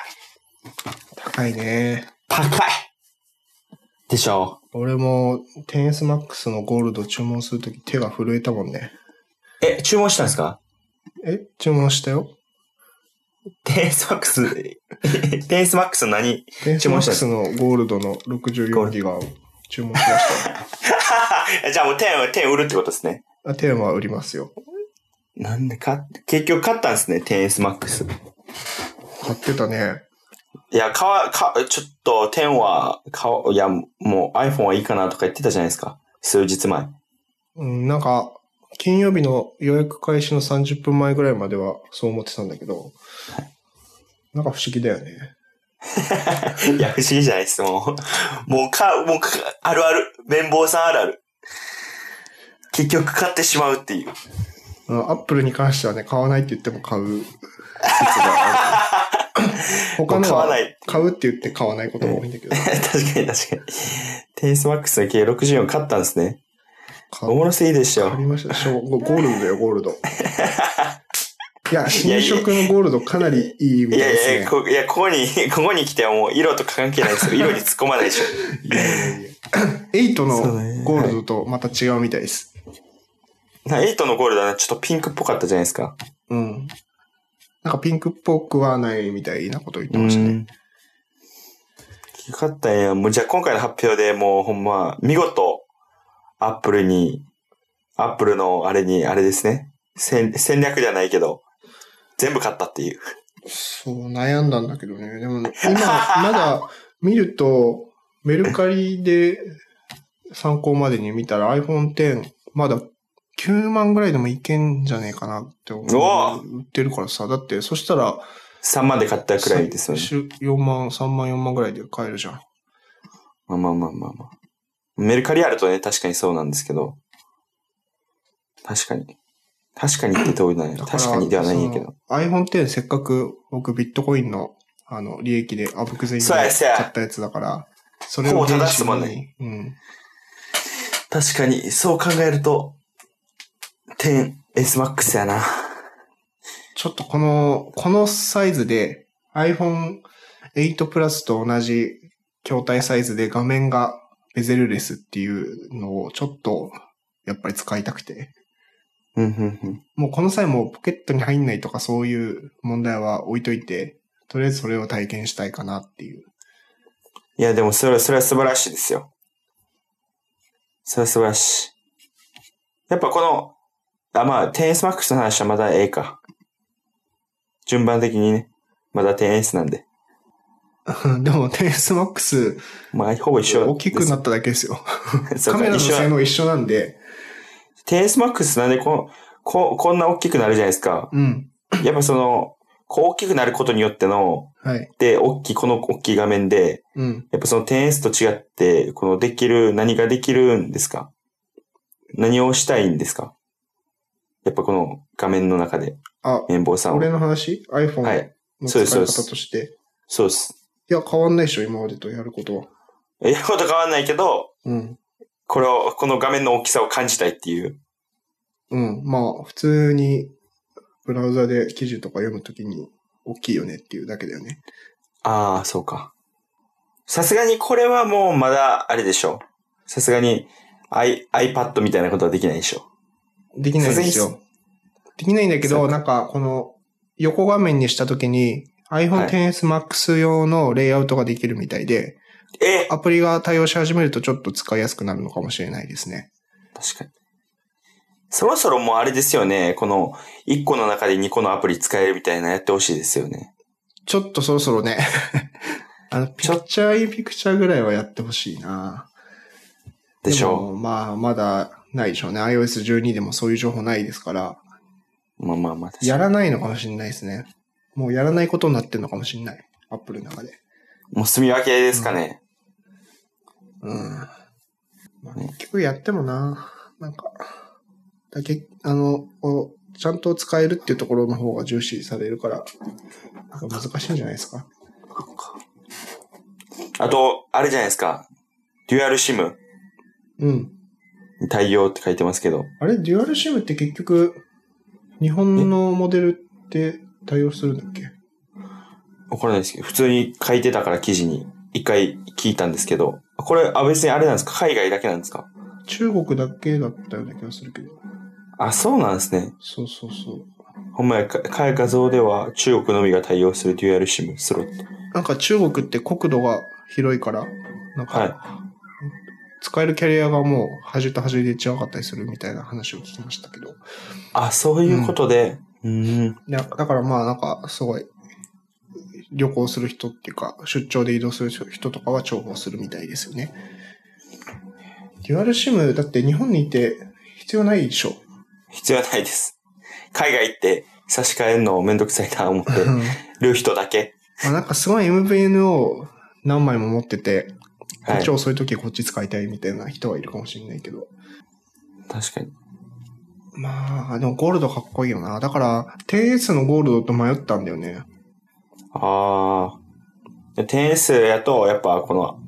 B: うん。高いね。
A: 高いでしょ
B: 俺も 10S Max のゴールド注文するとき手が震えたもんね。
A: え、注文したんですか
B: え注文したよ
A: テンス マックス、テンスマックス何
B: ?10S
A: 注文した
B: Max のゴールドの64ギガを注文しま したよ。
A: じゃあもうテンを、テン売るってことですね。
B: あテーマは売りますよ。
A: なんでか、結局買ったんですね、テンスマックス。
B: 買ってたね。
A: いや、かわ、か、ちょっと、10は、かわ、いや、もう iPhone はいいかなとか言ってたじゃないですか。数日前。
B: うん、なんか、金曜日の予約開始の30分前ぐらいまではそう思ってたんだけど、なんか不思議だよね。
A: いや、不思議じゃないです、もう。もう、か、もうか、あるある。綿棒さんあるある。結局買ってしまうっていう。
B: アップルに関してはね、買わないって言っても買 う説がある。他の
A: もう買わな
B: はい買うって言って買わないことが多いんだけ ど。
A: 確かに確かに。テンスマックスだけ64買ったんですね。
B: 買う
A: おもろすぎでした
B: あり
A: よ。
B: ました。しょゴゴールドだよ、ゴールド。 いや、新色のゴールドかなりいいみ
A: い
B: た
A: や
B: いですね。
A: いや、こいやここに、 ここに来てはもう色とか関係ないですよ。色に突っ込まないでしょ。
B: いやいやいや8
A: そうね
B: のゴールドとまた違うみたいです。
A: なエイトのゴールドはねちょっとピンクっぽかったじゃないですか。
B: うん。なんかピンクっぽくはないみたいなこと言ってましたね。
A: ん。よかったんや。もうじゃあ今回の発表でもうほんま、見事、アップルに、アップルのあれに、あれですね。戦戦略じゃないけど、全部買ったっていう。
B: そう、悩んだんだけどね。でも、今、 まだ見ると、メルカリで参考までに見たら iPhone X、まだ9万ぐらいでもいけんじゃねえかなって思
A: お
B: う。売ってるからさ。だって、そしたら、
A: 3万で買ったくらいですよね。
B: 4万、3万、4万ぐらいで買えるじゃん。
A: まあまあまあまあまあ。メルカリあるとね、確かにそうなんですけど。確かに。確かにってどういうのや
B: だら
A: 確かにではないんやけど。。
B: その iPhone X せっかく僕ビットコインの、あの、利益で、あぶくぜに
A: そう
B: 買
A: やそうや
B: ったやつだから、それ
A: ほ
B: を
A: ぼ正しいもん
B: に、
A: ね
B: うん。
A: 確かに、そう考えると、10SMAX やな。
B: ちょっとこの、このサイズで iPhone 8 Plus と同じ筐体サイズで画面がベゼルレスっていうのをちょっとやっぱり使いたくて。
A: うん、うん、うん。
B: もうこの際もうポケットに入んないとかそういう問題は置いといて、とりあえずそれを体験したいかなっていう。
A: いや、でもそれは、それは素晴らしいですよ。それは素晴らしい。やっぱこの、あ、まあ、10S Max の話はまだええか。順番的にね。まだ 10S なんで。
B: でも 10S
A: まあ、ほぼ一
B: Max
A: 緒
B: 大きくなっただけですよ。
A: です。
B: カメラ の
A: そうか
B: 性
A: 一緒
B: 能一緒なんで、
A: 10S Max なんでこの、こ、こんな大きくなるじゃないですか。
B: うん。
A: やっぱその、こう大きくなることによっての、
B: はい。
A: で、大きい、この大きい画面で、
B: うん。
A: やっぱその 10S と違って、このできる、何ができるんですか何をしたいんですかやっぱこの画面の中で、
B: あ、
A: 綿棒さん
B: 俺
A: は。
B: の話 ?iPhone
A: はい。
B: の
A: そ
B: 使
A: う
B: い
A: ですそう
B: 方
A: です
B: として。
A: そうです。
B: いや、変わんないでしょ、今までとやることは。
A: やること変わんないけど、
B: うん。
A: これを、この画面の大きさを感じたいっていう。
B: うん。まあ、普通に、ブラウザで記事とか読むときに、大きいよねっていうだけだよね。
A: ああ、そうか。さすがにこれはもうまだ、あれでしょう。さすがに、I、iPad みたいなことはできないでしょ
B: できないんです
A: さす
B: よ。できないんだけ
A: そ
B: ど、
A: うか
B: なんか、この、横画面にしたときに、
A: は
B: iPhone
A: い
B: 10S Max 用のレイアウトができるみたいで、
A: う。え
B: アプリが対応し始めるとちょっと使いやすくなるのかもしれないですね。
A: 確かに。そろそろもうあれですよね。この1個の中で2個のアプリ使えるみたいなやってほしいですよね。
B: ちょっとそろそろね、 あの、ピ
A: ちょ
B: クチャーインピクチャーぐらいはやってほしいな
A: でしょ
B: もまあ、まだないでしょうね。iOS12 でもそういう情報ないですから、
A: う。まあまあまあ、確かに
B: やらないのかもしれないですね。もうやらないことになってるのかもしれない。アップルの中で。
A: もう住み分けですかね。
B: うん。まあ、結局やってもな、なんか、だけ、あの、こうちゃんと使えるっていうところの方が重視されるから、なんか難しいんじゃないですか。
A: あと、あれじゃないですか。デュアルシム
B: うん。
A: に対応って書いてますけど。
B: あれ、デュアルシムって結局、日本のモデルって対応するんだっけ
A: わからないですけど、普通に書いてたから記事に一回聞いたんですけど。これ、あ、別にあれなんですか海外だけなんですか
B: 中国だけだったような気がするけど。
A: あ、そうなんですね。
B: そうそうそう。
A: ほんまや、かか画像では中国のみが対応するデュアルシムスロット。
B: なんか中国って国土が広いから、なん
A: はい
B: か、使えるキャリアがもう端と端で違かったりするみたいな話を聞きましたけど。
A: あ、そういうことで。うん。
B: いやだからまあなんかすごい、旅行する人っていうか、出張で移動する人とかは重宝するみたいですよね。デュアルシム、だって日本にいて必要ないでしょ。
A: 必要ないです。海外行って差し替えるのめんどくさいな思 って
B: うん
A: る人だけ。
B: まあなんかすごい MVN を何枚も持ってて、こ
A: は
B: っ
A: い
B: ち。遅い時こっち使いたいみたいな人はいるかもしれないけど。
A: 確かに。
B: まあ、でもゴールドかっこいいよな。だから、10S のゴールドと迷ったんだよね。
A: ああ。点数やと、やっぱこの、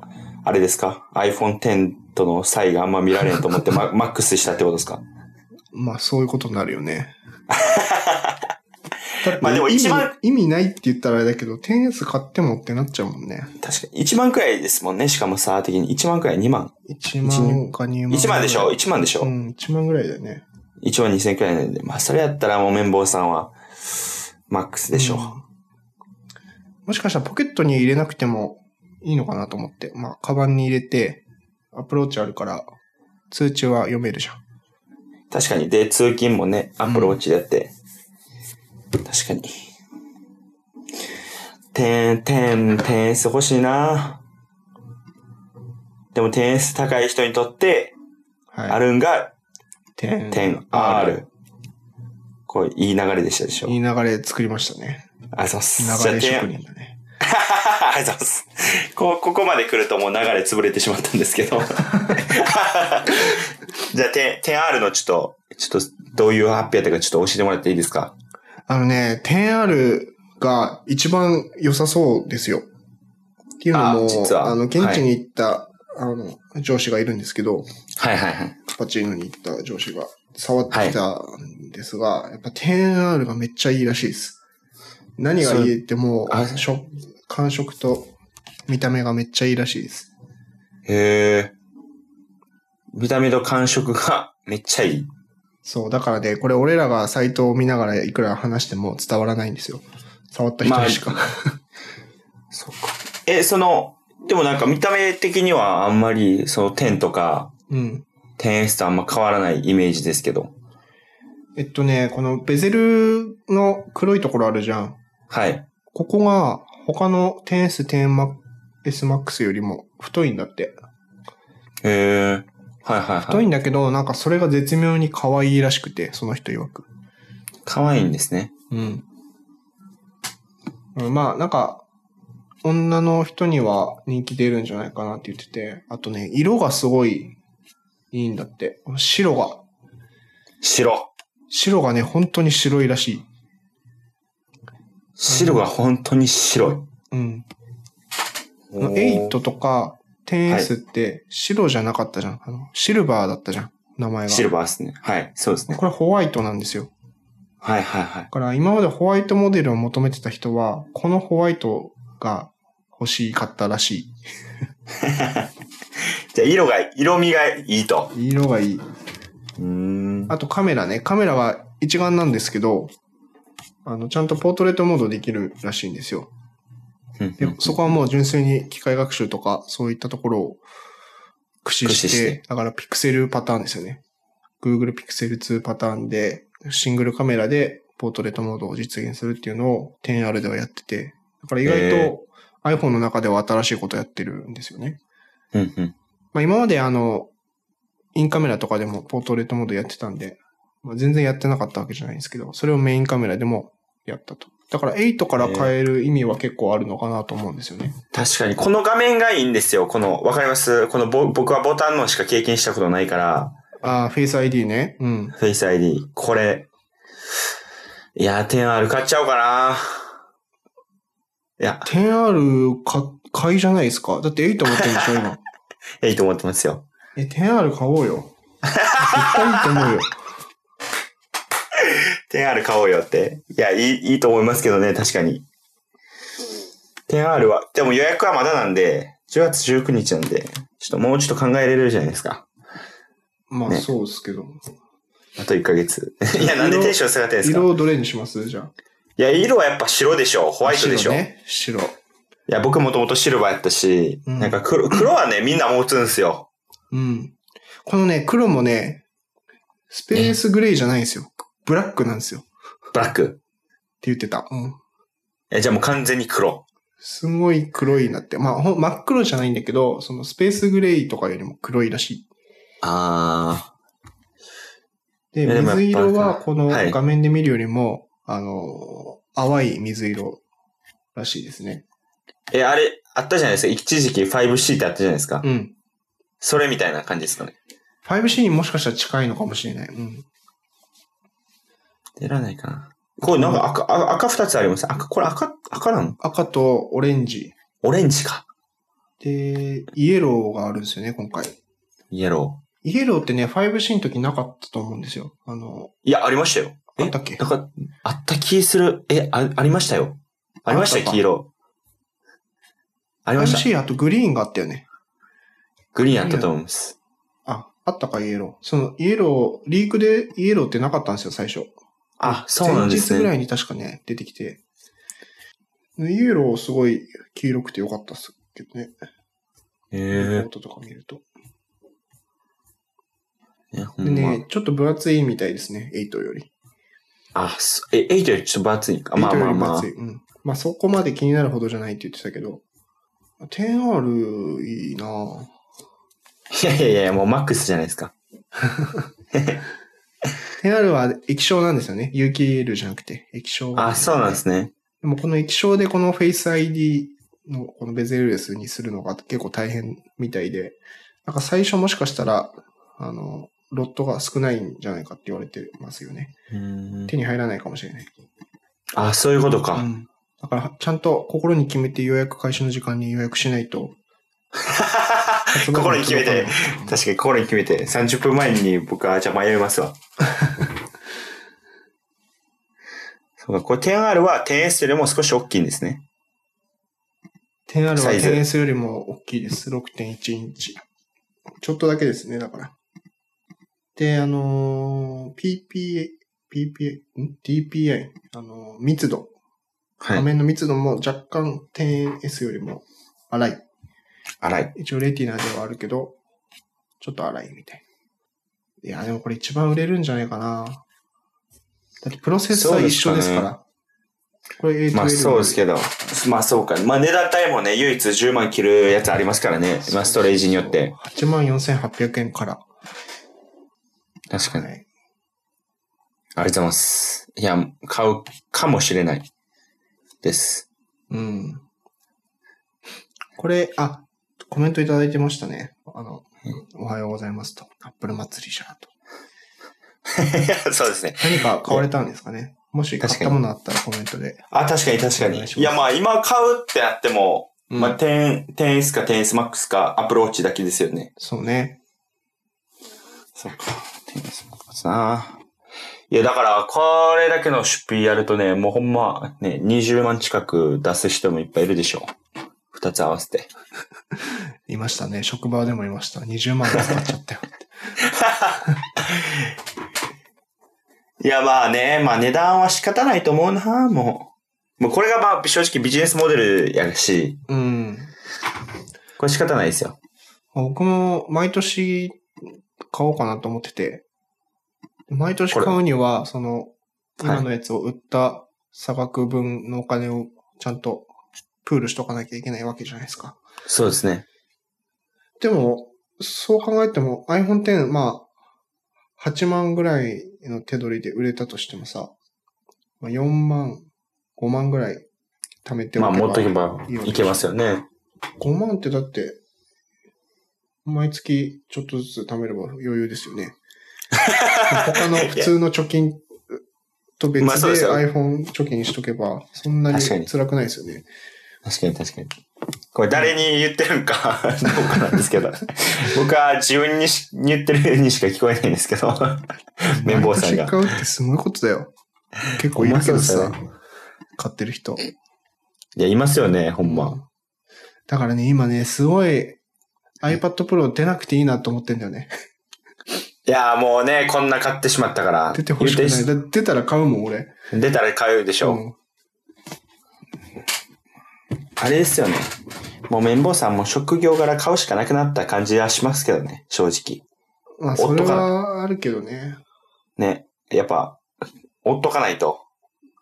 A: あれですか ?iPhone X との差異があんま見られんと思 って、ママックスしたってことですか
B: まあ、そういうことになるよ ね。だって
A: まあでも
B: 意味
A: 一番
B: 意味ないって言ったらあれだけど、10S 買ってもってなっちゃうもんね。
A: 確かに。1万くらいですもんね。しかも差的に。1万くらい、2万。
B: 1万か2万。
A: 1万でしょ ?1 万でし
B: う
A: ょ
B: ん、1万ぐらいだよね。
A: ?1 万2000くらいなんで。まあ、それやったらもう綿棒さんは、マックスでしょ
B: うんもしかしたらポケットに入れなくても、いいのかなと思って。まあ、カバンに入れて、アプローチあるから、通知は読めるじゃん。
A: 確かに。で、通勤もね、アップルウォッチでやって。確かに。てん、てん、点数欲しいなでも点数高い人にとって、
B: はい。
A: あるんが、
B: 点
A: 点 R。こう、いい流れでしたでしょ。
B: いい流れ作りましたね。
A: ありがとうございます。
B: 流れ
A: じゃあ
B: 職
A: 点
B: 人だね。
A: ありがとうございます。こう、ここまで来るともう流れ潰れてしまったんですけ ど。じゃあ、点、点 R のちょっと、ちょっと、どういう発表やったかちょっと教えてもらっていいですか
B: あのね、点 R が一番良さそうですよ。っていうの
A: あ
B: も、
A: 実は
B: あの、現地に行った、あの、上司がいるんですけど、
A: はいはいはい。
B: カパチーノに行った上司が触ってきたんですが、やっぱ 10R がめっちゃいいらしいです。何がいいっても
A: あ
B: う、食感触と見た目がめっちゃいいらしいです。
A: へえ。見た目と感触が めっちゃいい。
B: そう、だからね、これ俺らがサイトを見ながらいくら話しても伝わらないんですよ。触った人にしか。
A: そっか。え、その、でもなんか見た目的にはあんまり、その点とか、
B: うん。
A: 点数とあんま変わらないイメージですけど。
B: えっとね、このベゼルの黒いところあるじゃん。
A: はい。
B: ここが他の 10S、10SMAX よりも太いんだって。
A: へえ。はいはい
B: 太
A: はいい。
B: んだけど、なんかそれが絶妙に可愛いらしくて、その人曰く。
A: 可愛いんですね。
B: うん。うんまあ、なんか、女の人には人気出るんじゃないかなって言ってて、あとね、色がすごいいいんだって。白が。
A: 白。
B: 白がね、本当に白いらしい。
A: 白が本当に白い。
B: うん。あ
A: お
B: の
A: ー
B: 8とか 10S って白じゃなかったじゃん。あのシルバーだったじゃん。名前が。
A: シルバーですね。はい。そうですね。
B: これホワイトなんですよ。
A: はいはいはい
B: だ。から今までホワイトモデルを求めてた人は、このホワイトが欲しかったらし
A: じゃあ色が、色味がいいと。
B: い。色がいい。
A: うーん。
B: あとカメラね。カメラは一眼なんですけど、あの、ちゃんとポートレートモードできるらしいんですよ。で、そこはもう純粋に機械学習とか、そういったところを駆使し
A: 駆使
B: て、
A: して
B: だからピクセルパターンですよね。Google Pixel 2パターンで、シングルカメラでポートレートモードを実現するっていうのを 10R ではやってて、だから意外と iPhone の中では新しいことやってるんですよね。
A: うんうん。
B: まあ、今まであの、インカメラとかでもポートレートモードやってたんで、まあ、全然やってなかったわけじゃないんですけど、それをメインカメラでもやったと。だから8から変える意味は結構あるのかなと思うんですよね。
A: 確かに、この画面がいいんですよ。この、わかりますこのぼ、僕はボタンのしか経験したことないから、
B: ああ、フェイス ID ね。うん。
A: フェイス ID、これ。いや、10R 買っちゃおうかな。いや、
B: 10R か、買いじゃないですか。だって8持ってるんでし ょ、今。
A: いいと思ってますよ。
B: え、10R 買おうよ。絶対いいと思う よ。
A: 10R 買おうよって。いや、いい、いいと思いますけどね、確かに。10R は、でも予約はまだなんで、10月19日なんで、ちょっともうちょっと考えれるじゃないですか。
B: まあ、
A: ね
B: そうですけど。
A: あと1ヶ月。いや、なんでテンション下がってるんですか
B: 色をどれにしますじゃあ。
A: いや、色はやっぱ白でしょ。ホワイトでしょ。
B: 白ね。白。
A: いや、僕もともとシルバーやったし、
B: うん
A: なんか黒、黒はね、みんな持つんですよ。
B: うん。このね、黒もね、スペースグレーじゃないんですよ。ブラックなんですよ。って
A: ブラック。
B: 言ってた。うん。
A: え、じゃあもう完全に黒。
B: すごい黒いなって。まあ、ほん真っ黒じゃないんだけど、そのスペースグレーとかよりも黒いらし
A: あ
B: い。で、
A: いやでもやっぱ
B: 水色はこの
A: はい
B: 画面で見るよりも、あの、淡い水色らしいですね。
A: ー。え、あれ、あったじゃないですか。一時期 5C ってあったじゃないですか。
B: うん。
A: それみたいな感じですかね。
B: 5C にもしかしたら近いのかもしれない。うん。
A: 出らないかな。これなんか赤、あ赤二つあります。赤、これ赤、赤なの
B: 赤とオレンジ。
A: オレンジか。
B: で、イエローがあるんですよね、今回。
A: イエロ
B: イエローってね、5C の時なかったと思うんですよ。あの、
A: ー。いや、ありましたよ。え
B: あったっけ
A: なんか、あった気する。え、あ、ありましたよ。ありました
B: あっ
A: よ、
B: たか
A: 黄色。ありました。
B: MC あとグリーンがあったよね。
A: グリーンあったと思います。
B: あ、あったかイエロー。そのイエロー、リークでイエローってなかったんですよ、最初。
A: あ、そうなんです
B: 前日ぐら
A: ね。
B: いに確かね、出てきて。イエローすごい黄色くてよかったっすけどね。
A: へ
B: レポ
A: え
B: ートとか見ると。
A: え、ほ
B: で
A: んま。
B: ね、ちょっと分厚いみたいですね、8より。
A: あ、すえ、エイトよりちょっと分厚いんか。まあ
B: 8よ
A: まあ
B: り
A: ま
B: 分
A: あ
B: 厚。い。うん。まあそこまで気になるほどじゃないって言ってたけど、10R いいなぁ。
A: いやいやいや、もうマックスじゃないですか。
B: 10R は液晶なんですよね。有機 EL じゃなくて、液晶。
A: あ、そうなんですね。
B: でもこの液晶でこの Face ID のこのベゼルレスにするのが結構大変みたいで、なんか最初もしかしたら、あの、ロットが少ないんじゃないかって言われてますよね。
A: うん
B: 手に入らないかもしれない。
A: あ、そういうことか。
B: ん。だから、ちゃんと心に決めて予約開始の時間に予約しない と。
A: 心に決めて
B: うん。
A: 確かにこれ決めて、30分前に僕はじゃあ迷いますわ。 そうか、これ 10R は 10S よりも少し大きいんですね。
B: 10R は
A: サイズ
B: 10S よりも大きいです。6.1インチ。ちょっとだけですね、だから。で、あのー、PPA、PPA、ん ?DPI、あのー密度。
A: は
B: 画
A: い。
B: 面の密度も若干 10S よりも荒い。
A: 荒い。
B: 一応レティナではあるけど、ちょっと荒いみたいな。いや、でもこれ一番売れるんじゃないかな。だってプロセッサー一緒ですから。これ A12
A: まあそうですけど、まあそうか。まあ値段帯もね、唯一10万切るやつありますからね。まあストレージによって。。
B: 84,800円から。
A: 確かに。あり
B: はい。
A: がとうございます。いや、買うかもしれない。です。
B: うん。これ、あ、コメントいただいてましたね。あの、おはようございますと。アップル祭りじゃんと。
A: そうですね。
B: 何か買われたんですかね。もし買っ
A: 確か
B: た
A: に
B: ものあったらコメントで。
A: あ、確かに確か
B: お
A: に。
B: 願いします
A: いや、まあ今買うってなっても、ま
B: う
A: あ
B: ん
A: 10、10S か 10S Max かアプローチだけですよね。
B: そうね。
A: そうか。10S Max な。いや、だから、これだけの出費やるとね、もうほんま、ね、20万近く出す人もいっぱいいるでしょう。二つ合わせて。
B: いましたね。職場でもいました。20万円使っちゃっ たよ。
A: いや、まあね、まあ値段は仕方ないと思うな、もう。もうこれがまあ正直ビジネスモデルやるし、
B: うん。
A: これ仕方ないですよ。
B: 僕も毎年買おうかなと思ってて、毎年買うには、その、
A: はい
B: 今のやつを売った差額分のお金をちゃんとプールしとかなきゃいけないわけじゃないですか。
A: そうですね。
B: でも、そう考えても iPhone X、まあ、8万ぐらいの手取りで売れたとしてもさ、まあ、4万、5万ぐらい貯めてお
A: まあ
B: けば、
A: 持っとけばいけますよね。
B: 5万ってだって、毎月ちょっとずつ貯めれば余裕です よね。他の普通の貯金と別
A: まあそうで
B: です
A: よ
B: iPhone 貯金しとけば、そんなに
A: 確かに
B: 辛くないですよね。
A: 確かに確かに。これ誰に言ってるんかどうかなんですけ ど。僕は自分にし言ってるようにしか聞こえないんですけ ど。 綿棒さんが
B: 毎年買うってすごいことだよ。結構いるけど
A: ほん
B: さ
A: まそう、
B: 買ってる人。
A: いや、いますよね、ほん
B: う
A: ま。
B: んだからね、今ね、すごい iPad Pro 出なくていいなと思ってんだよね。
A: いや、もうね、こんな買ってしまったから。
B: 出てほしくない。
A: 言
B: だ出たら買うもん、俺。
A: って出たら買うでしょ。
B: うん
A: あれですよね。もう綿棒さんも職業柄買うしかなくなった感じはしますけどね、正直。
B: まあ、
A: 夫
B: そ
A: から
B: れはあるけどね。
A: ね。やっぱ、追っとかないと。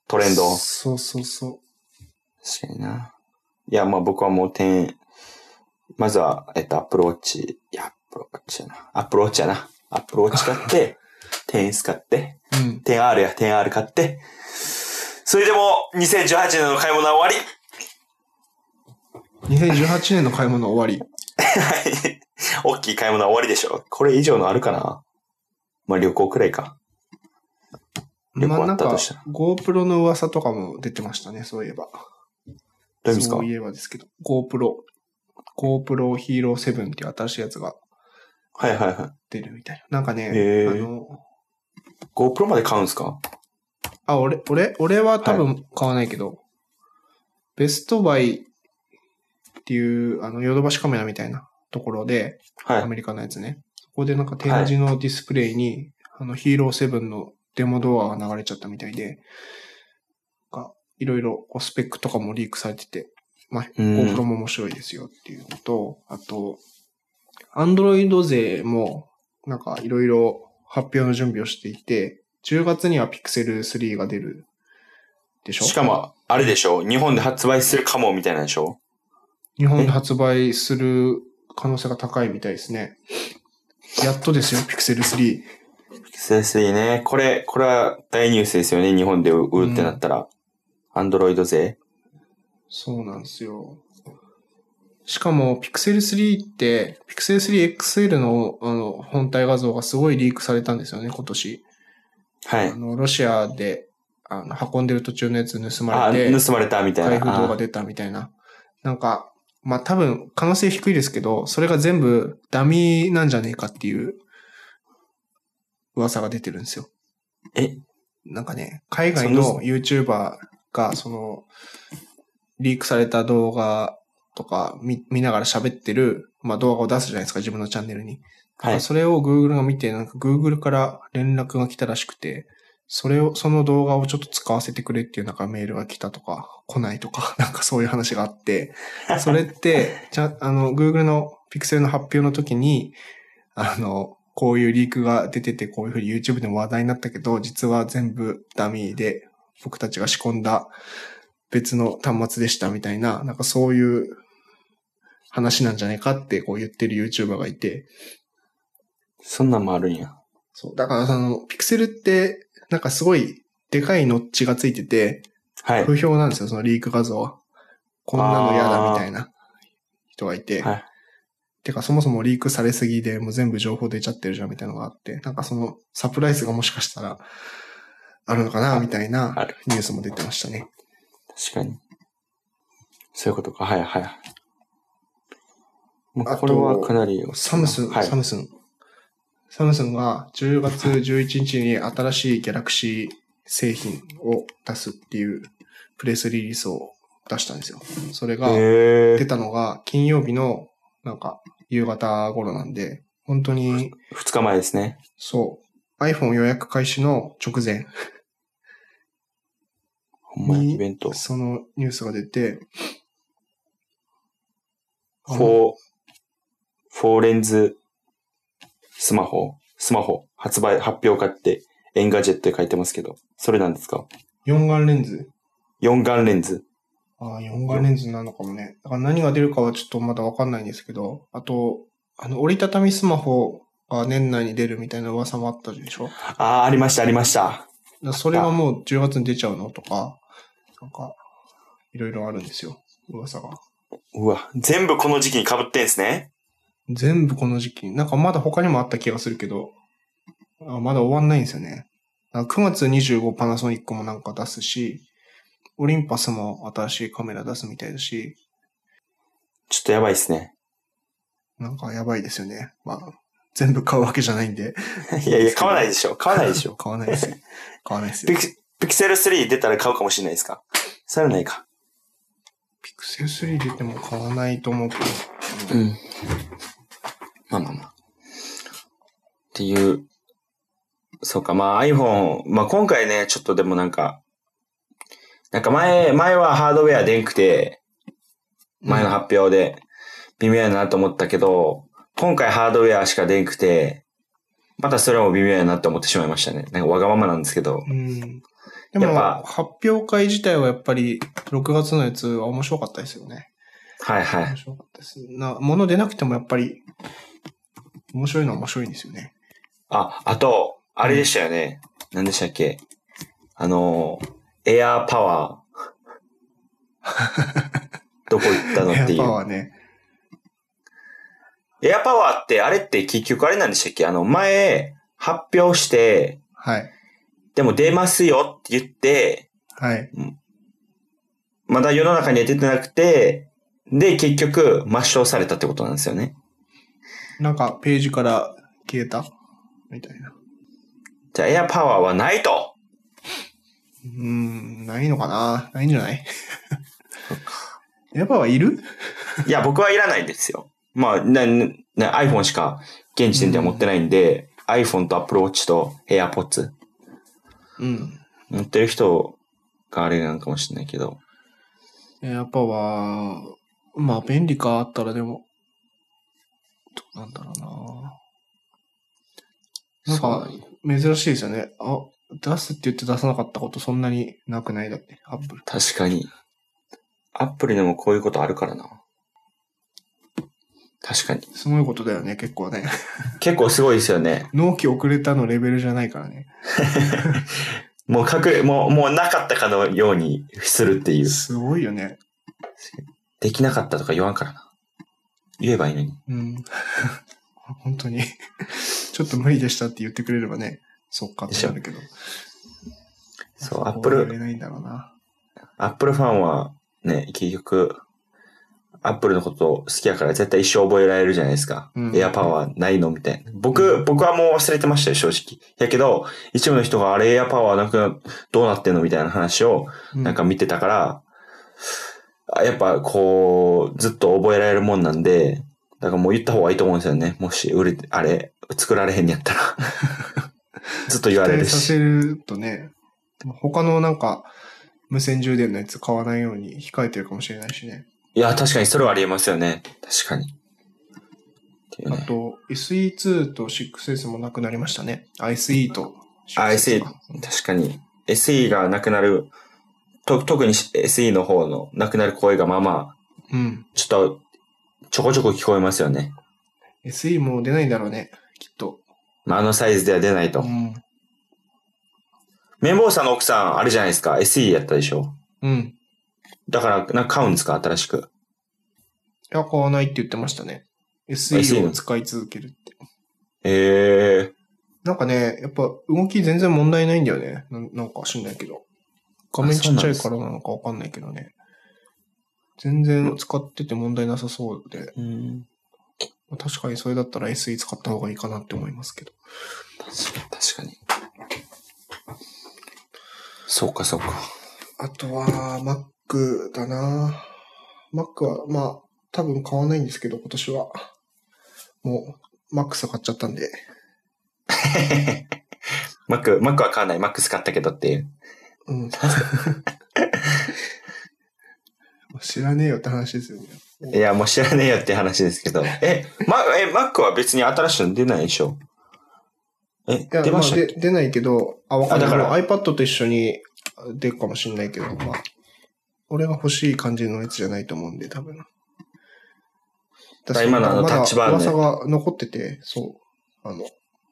A: トレンドを。
B: そうそうそ
A: 確かにな。いや、まあ僕はもう点、まずは、えっと、アプローチ、いや、アプローチやな。アプローチやな。アプローチ買 って、点使って、
B: う。うん。
A: 点 R や点 R 買って、それでも2018年の買い物は終わり
B: 2018年の買い物終わり。
A: はい 大きい買い物は終わりでしょ。これ以上のあるかなまあ旅行くらいか。 旅
B: ま
A: 行
B: あ
A: あ
B: なん
A: った
B: か
A: としたら。、
B: GoPro の噂とかも出てましたね、そういえば。
A: どういう意味ですか
B: そういえばですけど、GoPro。GoPro Hero 7っていう新しいやつが
A: はいはいはい。
B: 出るみたいな。なんかね、
A: へー
B: あの、
A: GoPro まで買うんですか
B: あ、俺、俺、俺は多分買わないけど、ベストバイっていう、あの、ヨドバシカメラみたいなところで、
A: はい
B: ア。メリカのやつね。そこでなんか展示のディスプレイに、あの、ヒーローセブンのデモ動画が流れちゃったみたいで、なんかいろいろこうスペックとかもリークされてて、まあ、
A: うん
B: GoPro も面白いですよっていうのと、あと、Android 勢も、なんかいろいろ発表の準備をしていて、10月には Pixel 3が出るでしょ
A: しかも、あれでしょ日本で発売するかもみたいなんでしょ
B: 日本で発売する可能性が高いみたいですね。やっとですよ、Pixel 3。
A: 先生ね。これ、これは大ニュースですよね。日本で売るってなったら。アンドロイド勢。
B: そうなんですよ。しかも、Pixel 3って、Pixel 3 XL のあの本体画像がすごいリークされたんですよね、今年。
A: はい
B: あ。の、ロシアで、あの、運んでる途中のやつ盗ま
A: あ、
B: れて、
A: 盗まれたみた
B: 開
A: い
B: 封動
A: な。
B: 画
A: あ
B: 出たみたいな。なんか、まあ、多分、可能性低いですけど、それが全部ダミーなんじゃねえかっていう噂が出てるんですよ。
A: え
B: なんかね、海外の YouTuber が、その、リークされた動画とか見見ながら喋ってる、まあ、動画を出すじゃないですか、自分のチャンネルに。
A: はい。
B: それを Google が見て、なんか Google から連絡が来たらしくて、それを、その動画をちょっと使わせてくれっていうなんかメールが来たとか、来ないとか、 なんかそういう話があって、それって、じゃあの、Google の Pixel の発表の時に、あの、こういうリークが出てて、こういうふうに YouTube でも話題になったけど、実は全部ダミーで、僕たちが仕込んだ別の端末でしたみたいな、なんかそういう話なんじゃないかってこう言ってる YouTuber がいて、
A: そんなんもあるんや。
B: そう。だから、その、ピクセルって、なんかすごい、でかいノッチがついてて、
A: はい。
B: 不評なんですよ、そのリーク画像は。こんなの嫌だみたいな人がいて。
A: はい
B: てか、そもそもリークされすぎで、もう全部情報出ちゃってるじゃんみたいなのがあって、なんかその、サプライズがもしかしたら、あるのかなみたいな
A: ある
B: ニュースも出てましたね。
A: 確かに。そういうことか。はいはいはい。もう
B: あと
A: これはかなり。
B: サムスン、
A: はい
B: サ。ムスン。サムスンが10月11日に新しいギャラクシー製品を出すっていうプレスリリースを出したんですよ。それが
A: へ
B: 出
A: え。
B: たのが金曜日のなんか夕方頃なんで、本当に
A: 二日前ですね。
B: そう、iPhone 予約開始の直前
A: ほんま
B: に
A: にイベント。
B: そのニュースが出て、
A: フォー、フォーレンズスマホ、スマホ、発売、発表買って、エンガジェットで書いてますけど、それなんですか
B: 4眼レンズ
A: 四眼レンズ。
B: ああ、4眼レンズなのかもね。だから何が出るかはちょっとまだわかんないんですけど、あと、あの、折りたたみスマホが年内に出るみたいな噂もあったでしょだか
A: ああ、ありました、ありました。
B: らそれがもう10月に出ちゃうのとか、なんか、いろいろあるんですよ。噂が。
A: うわ、全部この時期に被ってんすね。
B: 全部この時期に。なんかまだ他にもあった気がするけど、あまだ終わんないんですよね。なんか9月25パナソニックもなんか出すし、オリンパスも新しいカメラ出すみたいだし、
A: ちょっとやばいっすね。
B: なんかやばいですよね。まあ、全部買うわけじゃないんで。
A: いやいや、買わないでしょ。買わないで しょ。
B: 買わないですよ。買わないです
A: ピ
B: よ
A: ク。ピクセル3出たら買うかもしれないですかそれはないか。
B: ピクセル3出ても買わないと思うけど。
A: うん。まあまあまあ。っていう。そうか、まあ iPhone、まあ今回ね、ちょっとでもなんか、なんか前、前はハードウェアでんくて、前の発表で微妙やなと思ったけど、今回ハードウェアしかでんくて、またそれも微妙やなと思ってしまいましたね。なんかわがままなんですけど。
B: うん。
A: や
B: で
A: っ
B: も
A: ぱ、
B: 発表会自体はやっぱり、6月のやつは面白かったですよね。
A: はいはい
B: 面。白かったです。な、もの出なくてもやっぱり、面白いのは面白いんですよね。
A: あ、あと、あれでしたよね。何でしたっけあの、エアーパワー。どこ行ったの
B: や
A: っ
B: って
A: い
B: ぱ
A: う。
B: はね。
A: エアーパワーって、あれって結局あれなんでしたっけあの、前、発表して、
B: はい。
A: でも出ますよって言って、
B: はい。
A: まだ世の中には出てなくて、で、結局、抹消されたってことなんですよね。
B: なんか、ページから消えたみたいな。
A: じゃあ、エアーパワーはないと。
B: うーん、ないのかなないんじゃない やっぱはいる
A: いや、僕はいらないんですよ。まあ、な、な、な iPhone しか現時点では持ってないんで、iPhone と Apple Watch と AirPods
B: うん。
A: 持ってる人があれなんかもしれないけど。
B: いやっぱは、まあ便利かあったらでも、どうなんだろうななんか、珍しいですよね。あ、出すって言って出さなかったことそんなになくないだって、アップル。
A: 確かに。アップルでもこういうことあるからな。確かに。
B: すごいことだよね、結構ね。
A: 結構すごいですよね。
B: 納期遅れたのレベルじゃないからね。
A: もう隠れ、もう、もうなかったかのようにするっていう。
B: すごいよね。
A: できなかったとか言わんからな。言えばいいのに。
B: うん。 本当に。 ちょっと無理でしたって言ってくれればね、そっかってなるけど。
A: そう、
B: や
A: ア
B: っ
A: ッ
B: ぱ
A: プ
B: こは
A: ル
B: 言え、ないんだろうな。
A: アップルファンはね、結局、アップルのこと好きやから絶対一生覚えられるじゃないですか。
B: うん
A: エアパワーないのみたいな。僕、僕はもう忘れてましたよ、正直。やけど、一部の人があれエアパワーなくな、どうなってんのみたいな話を
B: う
A: なんか、見てたから、あやっぱこう、ずっと覚えられるもんなんで、だからもう言った方がいいと思うんですよね。もし、売れて、あれ、作られへんやった ら。ずっと言わ
B: 期
A: れ
B: 待
A: る
B: さ
A: し。
B: せるとね、他のなんか、無線充電のやつ買わないように控えてるかもしれないしね。
A: いや、確かにそれはありえますよね。確かに。っていう
B: あ
A: ね
B: と、SE2 と 6S もなくなりましたね。ISE と 6S
A: あ SE
B: か
A: 確かに SE がなくなると特に SE の方のなくなる声がまあまあ
B: うん。
A: ちょっとちょこちょこ聞こえますよね、
B: SE もう出ないんだろうね。きっと。
A: まあ、あのサイズでは出ないと、
B: うん。
A: 綿棒さんの奥さんあれじゃないですか SE やったでしょ
B: うん。
A: だからなんか買うんですか新しく
B: いや、買わないって言ってましたね。SE を使い続けるって。
A: ええ
B: なんかね、やっぱ動き全然問題ないんだよね。ななんか知んないけど。画面ちっちゃいからなのかわかんないけどね。全然使ってて問題なさそうで、確かにそれだったら SE 使った方がいいかなって思いますけど。
A: 確かにそうかそうか
B: あとは、Mac だな Mac は、まあ、多分買わないんですけど、今年は。もう、Max 買っちゃったんで。
A: マック、マックは買わない。マックス買ったけどっていう。
B: うん。知らねえよって話ですよね。
A: いや、もう知らねえよって話ですけど。え、ま、え、マックは別に新しいの出ないでしょえ、
B: いや、
A: 出ましたっ
B: ま
A: け
B: あ、で出ないけど、あ、わかんない。
A: あだから
B: もう iPad と一緒に出るかもしんないけど、まあ、俺が欲しい感じのやつじゃないと思うんで、多分。
A: だから今のあの
B: まだ
A: タッチバーね
B: 噂が残ってて、そう。あの、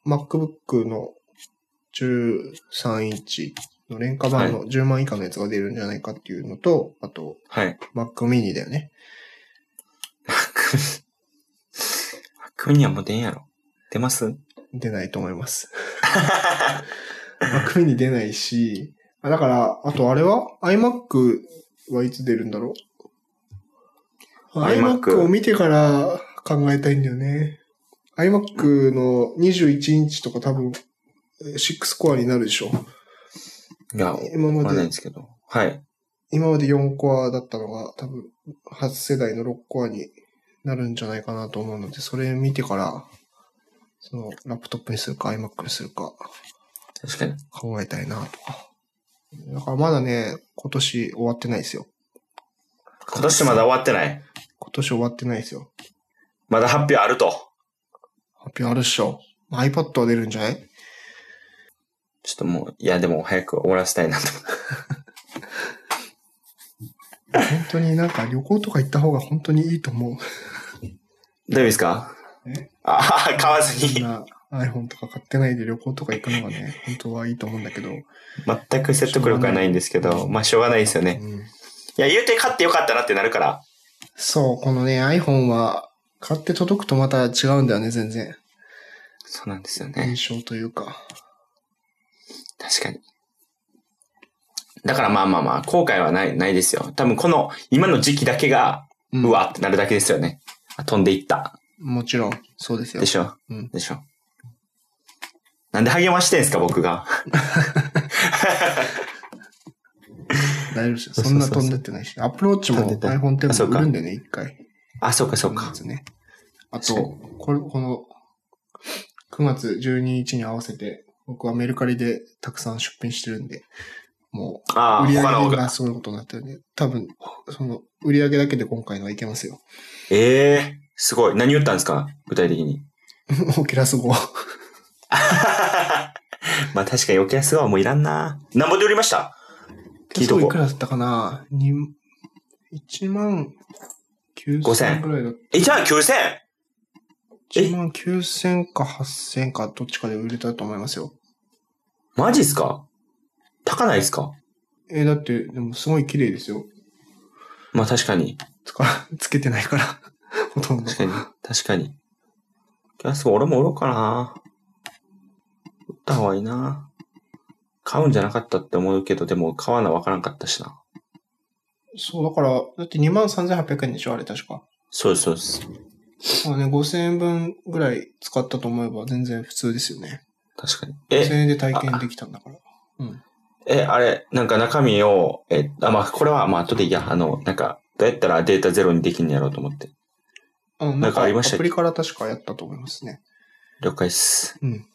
B: MacBook の13インチの廉価版の10万以下のやつが出るんじゃないかっていうのと、あと、
A: はい。
B: Mac mini だよね。
A: Mac にはもう出んやろ。出ます
B: 出ないと思います。Mac mini 出ないし、あだから、あとあれは ?iMac はいつ出るんだろう
A: iMac
B: ?iMac を見てから考えたいんだよね。iMac の21インチとか多分、えー6コアになるでしょ。
A: いや、わか
B: 今ま
A: んないん
B: で
A: で、すけど。はい。
B: 今まで4コアだったのが多分、8世代の6コアになるんじゃないかなと思うので、それ見てから、その、ラップトップにするか iMac にするか
A: 確かに。
B: 考えたいなとか。だからまだね、今年終わってないですよ。
A: 今年まだ終わってない。
B: 今年終わってないですよ。
A: まだ発表あると。
B: 発表あるっしょ。まあ iPad は出るんじゃない
A: ちょっともう、いや、でも早く終わらせたいなと。
B: 本当になんか旅行とか行った方が本当にいいと思 う。
A: 大丈夫ですか
B: え
A: あはは買わず
B: みん
A: に。
B: な iPhone とか買ってないで旅行とか行くのがね、本当はいいと思うんだけど。
A: 全く説得力はないんですけど、まあ、しょうがないですよね。
B: うん
A: いや、言うて買ってよかったなってなるから。
B: そう、このね、iPhone は買って届くとまた違うんだよね、全然。
A: そうなんですよね。
B: 印象というか。
A: 確かに。だからまあまあまあ、後悔はない、ないですよ。多分この、今の時期だけが、
B: うん
A: うわってなるだけですよね。あ飛んでいった。
B: もちろん、そうですよ
A: で。しょ
B: うん
A: でしょなんで励ましてんすか、僕が。そう
B: 大丈夫ですよ。
A: そ
B: そう
A: そ
B: ん
A: う
B: な
A: そう
B: 飛んでってないし。アプローチも
A: 飛んでた
B: iPhone
A: あそう
B: 10も
A: か
B: 売るんでね、一回。
A: あ、そうかそうか。
B: ですね。あ
A: 確
B: と、これ、この、9月12日に合わせて、僕はメルカリでたくさん出品してるんで、も
A: あ
B: う、
A: あ、
B: 売り
A: 他
B: 上
A: の
B: げがすごいことになってるね。多分、その、売り上げだけで今回のはいけますよ。
A: ええすごい。何言ったんですか具体的に。
B: オキュラス号。
A: まあ確かにオキュラスはもういらんな。なんぼで売りました聞いとこ
B: いくらだったかな二1万
A: 5000
B: 9000ぐらいだっ
A: ?1 万 9000!
B: た。1万9000か8000かどっちかで売れたと思いますよ。
A: マジっすか高ないっすか
B: えーだって、でもすごい綺麗ですよ。
A: まあ確かに。
B: つか、つけてないから、 ほとんど
A: 確。かに。確かに。オキュラス俺も売ろうかな。売った方がいいな。買うんじゃなかったって思うけど、でも買わなわからんかったしな。
B: そう、だから、だって2万3800円でしょあれ確か。
A: そうです、そうです。
B: まあね、5000円分ぐらい使ったと思えば全然普通ですよね。
A: 確かに。
B: 5000
A: え、
B: 円で体験できたんだから。
A: え、あれ、なんか中身を、え、あ、まあこれは、まあ後でいいや、あの、なんか、どうやったらデータゼロにできんやろうと思って。
B: あの
A: なんかありましたっ
B: ア
A: け
B: プリから確かやったと思いますね。
A: 了解っす。
B: うん。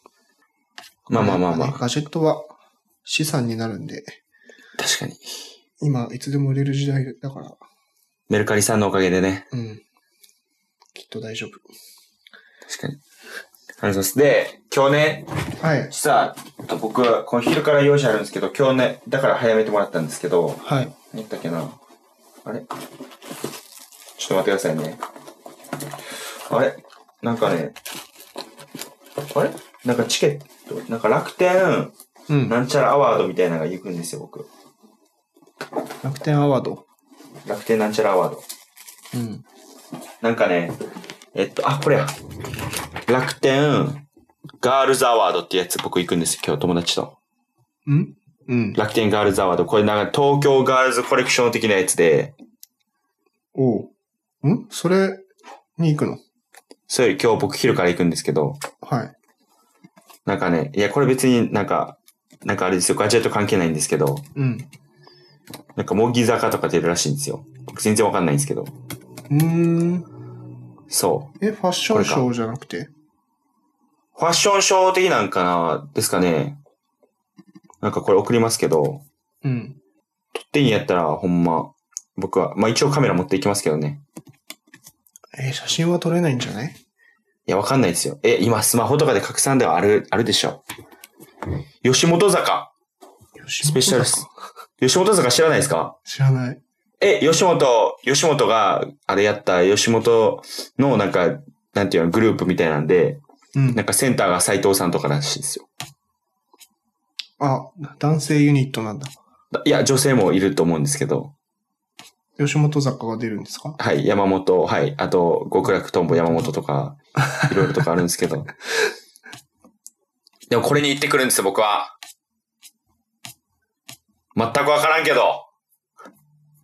A: まあまあまあま
B: やっぱね
A: あ、
B: ガジェットは資産になるんで、
A: 確かに。
B: 今、いつでも売れる時代だから、
A: メルカリさんのおかげでね。
B: うん。きっと大丈夫。
A: 確かに。ありがとうございます。で、今日ね、
B: はい。
A: 実は、僕、この昼から用事あるんですけど、今日ね、だから早めてもらったんですけど、
B: はい。
A: 何やったっけなあれちょっと待ってくださいね。あれなんかね、あれなんかチケット、なんか楽天、
B: うん。
A: なんちゃらアワードみたいなのが行くんですよ、僕。
B: 楽天アワード。
A: 楽天なんちゃらアワード。
B: うん。
A: なんかね、えっと、あ、これや。楽天、ガールズアワードってやつ僕行くんですよ、今日友達と。
B: うんうん。
A: 楽天ガールズアワード。これなんか東京ガールズコレクション的なやつで、
B: おうんそれに行くの
A: それ今日僕昼から行くんですけど、
B: はい。
A: なんかね、いや、これ別になんか、なんかあれですよ、ガジェット関係ないんですけど、
B: うん。
A: なんか模擬坂とか出るらしいんですよ。僕全然わかんないんですけど。
B: うーん。
A: そう。
B: え、ファッションショーじゃなくて
A: ファッションショー的なんかな、ですかね。なんかこれ送りますけど、
B: うん。
A: 撮っていいんやったらほんま、僕は、まあ一応カメラ持っていきますけどね。
B: えー写真は撮れないんじゃない
A: いや、わかんないですよ。え、今、スマホとかで拡散ではある、あるでしょ。吉本坂。
B: ス
A: スペシャルス。吉本坂知らないですか
B: 知らない。
A: え、吉本、吉本が、あれやった、吉本の、なんか、なんていうの、グループみたいなんで、
B: うん
A: な。んかセンターが斎藤さんとからしいですよ。
B: あ、男性ユニットなんだ。
A: だいや、女性もいると思うんですけど、
B: 吉本坂が出るんですか
A: はい、山本、はい、あと、極楽とんぼ山本とか、いろいろとかあるんですけど。 でも、これに行ってくるんですよ、僕は。全くわからんけど。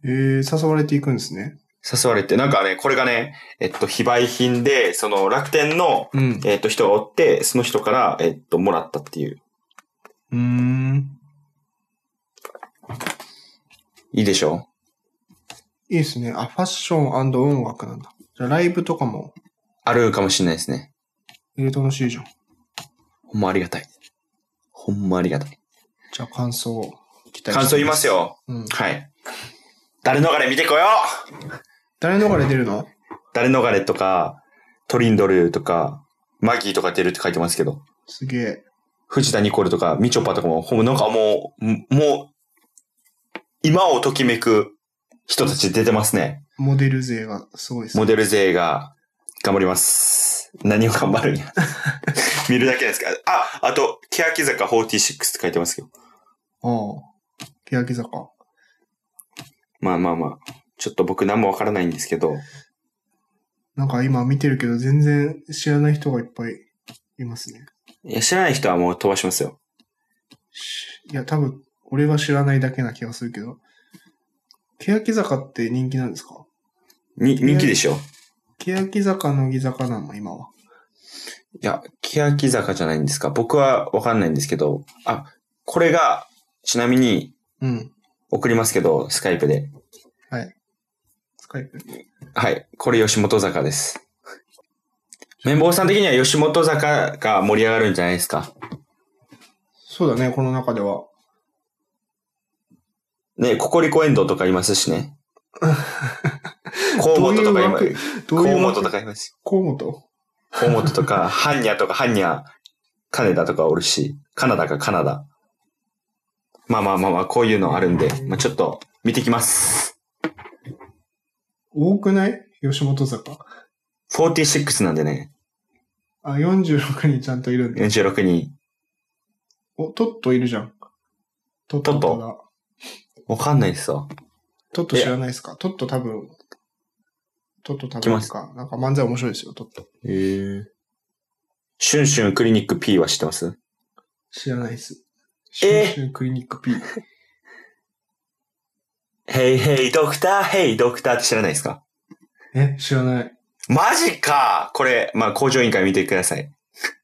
B: えー、誘われていくんですね。
A: 誘われて、なんかね、これがね、えっと、非売品で、その楽天の、
B: うん。
A: えっと、人がおって、その人から、えっと、もらったっていう。
B: うーん。
A: いいでしょ
B: いいですね。あ、ファッション音楽なんだ。じゃあライブとかも
A: あるかもしれないですね。
B: えー楽しいじゃん。
A: ほんまありがたい。ほんまありがたい。
B: じゃあ感想を期待して
A: 感想言います。よ。
B: うん。
A: はい。誰逃れ見てこよう
B: 誰のが出るの
A: 誰逃れとか、トリンドルとか、マギーとか出るって書いてますけど、
B: すげえ。藤
A: 藤田ニコルとか、みちょぱとかも、ほんまなんかもう、んもう、今をときめく人たち出てますね。
B: モデル勢がすごいです
A: モ。デル勢が頑張ります。何を頑張る んや。見るだけですか。あ、あと、欅坂46って書いてますけど。
B: ああ。欅坂。
A: まあまあまあ。ちょっと僕何もわからないんですけど。
B: なんか今見てるけど全然知らない人がいっぱいいますね。
A: いや、知らない人はもう飛ばしますよ。
B: しいや、多分、俺が知らないだけな気がするけど。欅坂って人気なんですか
A: に、人気でしょ。
B: 欅坂、乃木坂なの、今は。
A: いや、欅坂じゃないんですか。僕はわかんないんですけど。あ、これが、ちなみに
B: うん。
A: 送りますけど、スカイプで。
B: スカイプ。
A: はい。これ吉本坂 です。綿棒さん的には吉本坂が盛り上がるんじゃないですか。
B: そうだね、この中では。
A: ね、ココリコエンドウとかいますし ね。コウモトとかいます。
B: ど
A: コ
B: うい
A: ウ
B: う
A: モトと
B: 枠
A: かいます。
B: 河本
A: コウモトとか、ハンニャとか、ハンニャ、カネダとかおるし、カナダかカナダ。まあまあまあまあ、こういうのあるんで、まあちょっと見てきます。
B: 多くない吉本坂。
A: 46なんでね、
B: あ、46人ちゃんといるんだ。
A: 46人。
B: お、トットいるじゃん。トッ
A: トッ
B: ト
A: ト
B: だ。
A: わかんないですわ。
B: トット知らないですかトット多分、トット多
A: 来ま
B: 分
A: す
B: か。なんか漫才面白いですよ、トット。
A: へシュンシュンクリニック P は知ってます
B: 知らないです。
A: え
B: シュンシュンクリニック P。
A: ヘイヘイドクター、ヘイドクターって知らないですか
B: え、知らない。
A: マジかこれ、まあ、工場委員会見てください。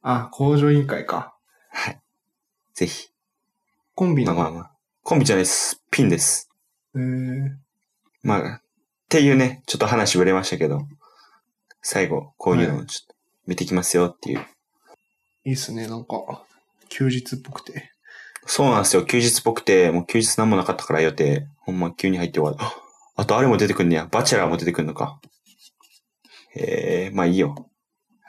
B: あ、工場委員会か。
A: ぜひ。
B: コンビ
A: まあ
B: の。
A: まあまあ。コンビじゃないです。ピンです。
B: えー、
A: まあ、っていうね、ちょっと話ぶれましたけど、最後、こういうのをちょっと見てきますよっていう。
B: いいっすね、なんか、休日っぽくて。
A: そうなんですよ。休日っぽくて、もう休日なんもなかったから予定。ほんま急に入って終わる。あとあれも出てくんねや。バチェラーも出てくんのか。えー、まあいいよ。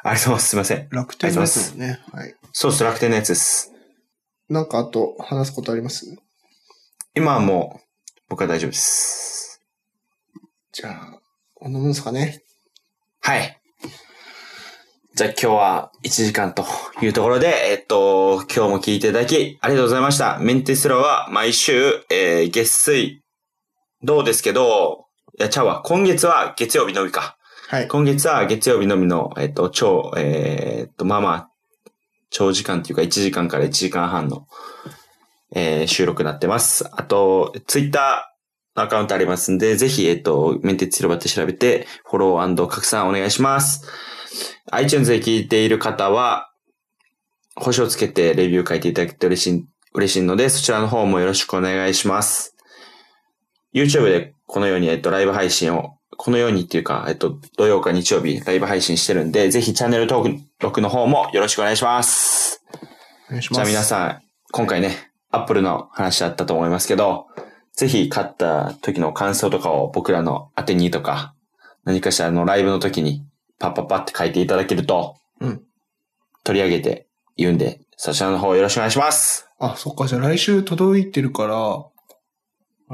A: ありがとうございます。すいません。
B: 楽天ですもんね。はい。
A: そうです。楽天のやつです。
B: なんかあと話すことあります
A: 今はもう、僕は大丈夫です。
B: じゃあ、こんなもんですかね。
A: はい。じゃあ今日は1時間というところで、えっと、今日も聞いていただきありがとうございました。メンテスラは毎週、えー月水、どうですけど、いや、ちゃうわ。今月は月曜日のみか。
B: はい。
A: 今月は月曜日のみの、えっと、超、えーっと、まあまあ、長時間というか1時間から1時間半の、えー収録になってます。あと、ツイッターのアカウントありますんで、ぜひ、えっと、メンテッツ広場って調べて、フォロー拡散お願いします。iTunes で聞いている方は、星をつけてレビュー書いていただけて嬉しい、嬉しいので、そちらの方もよろしくお願いします。YouTube でこのように、えっと、ライブ配信を、このようにっていうか、えっと、土曜か日曜日ライブ配信してるんで、ぜひチャンネル登録の方もよろしくお願いします。
B: お願いします。
A: じゃあ皆さん、今回ね、Apple の話だったと思いますけど、ぜひ勝った時の感想とかを僕らの当てにとか、何かしらのライブの時にパッパッパって書いていただけると、
B: うん
A: 取り上げて言うんで、そちらの方よろしくお願いします。
B: あ、そっか、じゃあ来週届いてるから、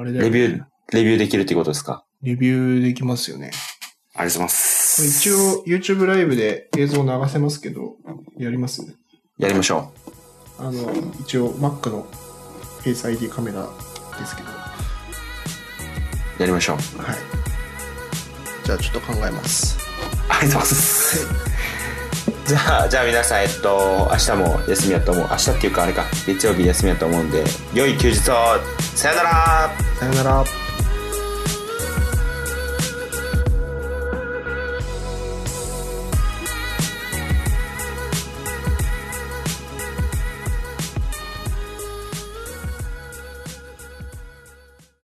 B: あれだよ、
A: レビュー、レビューできるっていうことですか
B: レビューできますよね。
A: ありがとうございま
B: こ
A: す。
B: れ一応、YouTube ライブで映像流せますけど、やります
A: やりましょう。
B: あの、一応 Mac の Face ID カメラですけど、は
A: やりましょう。
B: い。じゃあちょっと考えます。
A: ありがとうございます。じゃあ、じゃあ皆さん、えっと、明日も休みだと思う。明日っていうか、あれか、月曜日休みだと思うんで、良い休日をさよなら
B: さよなら。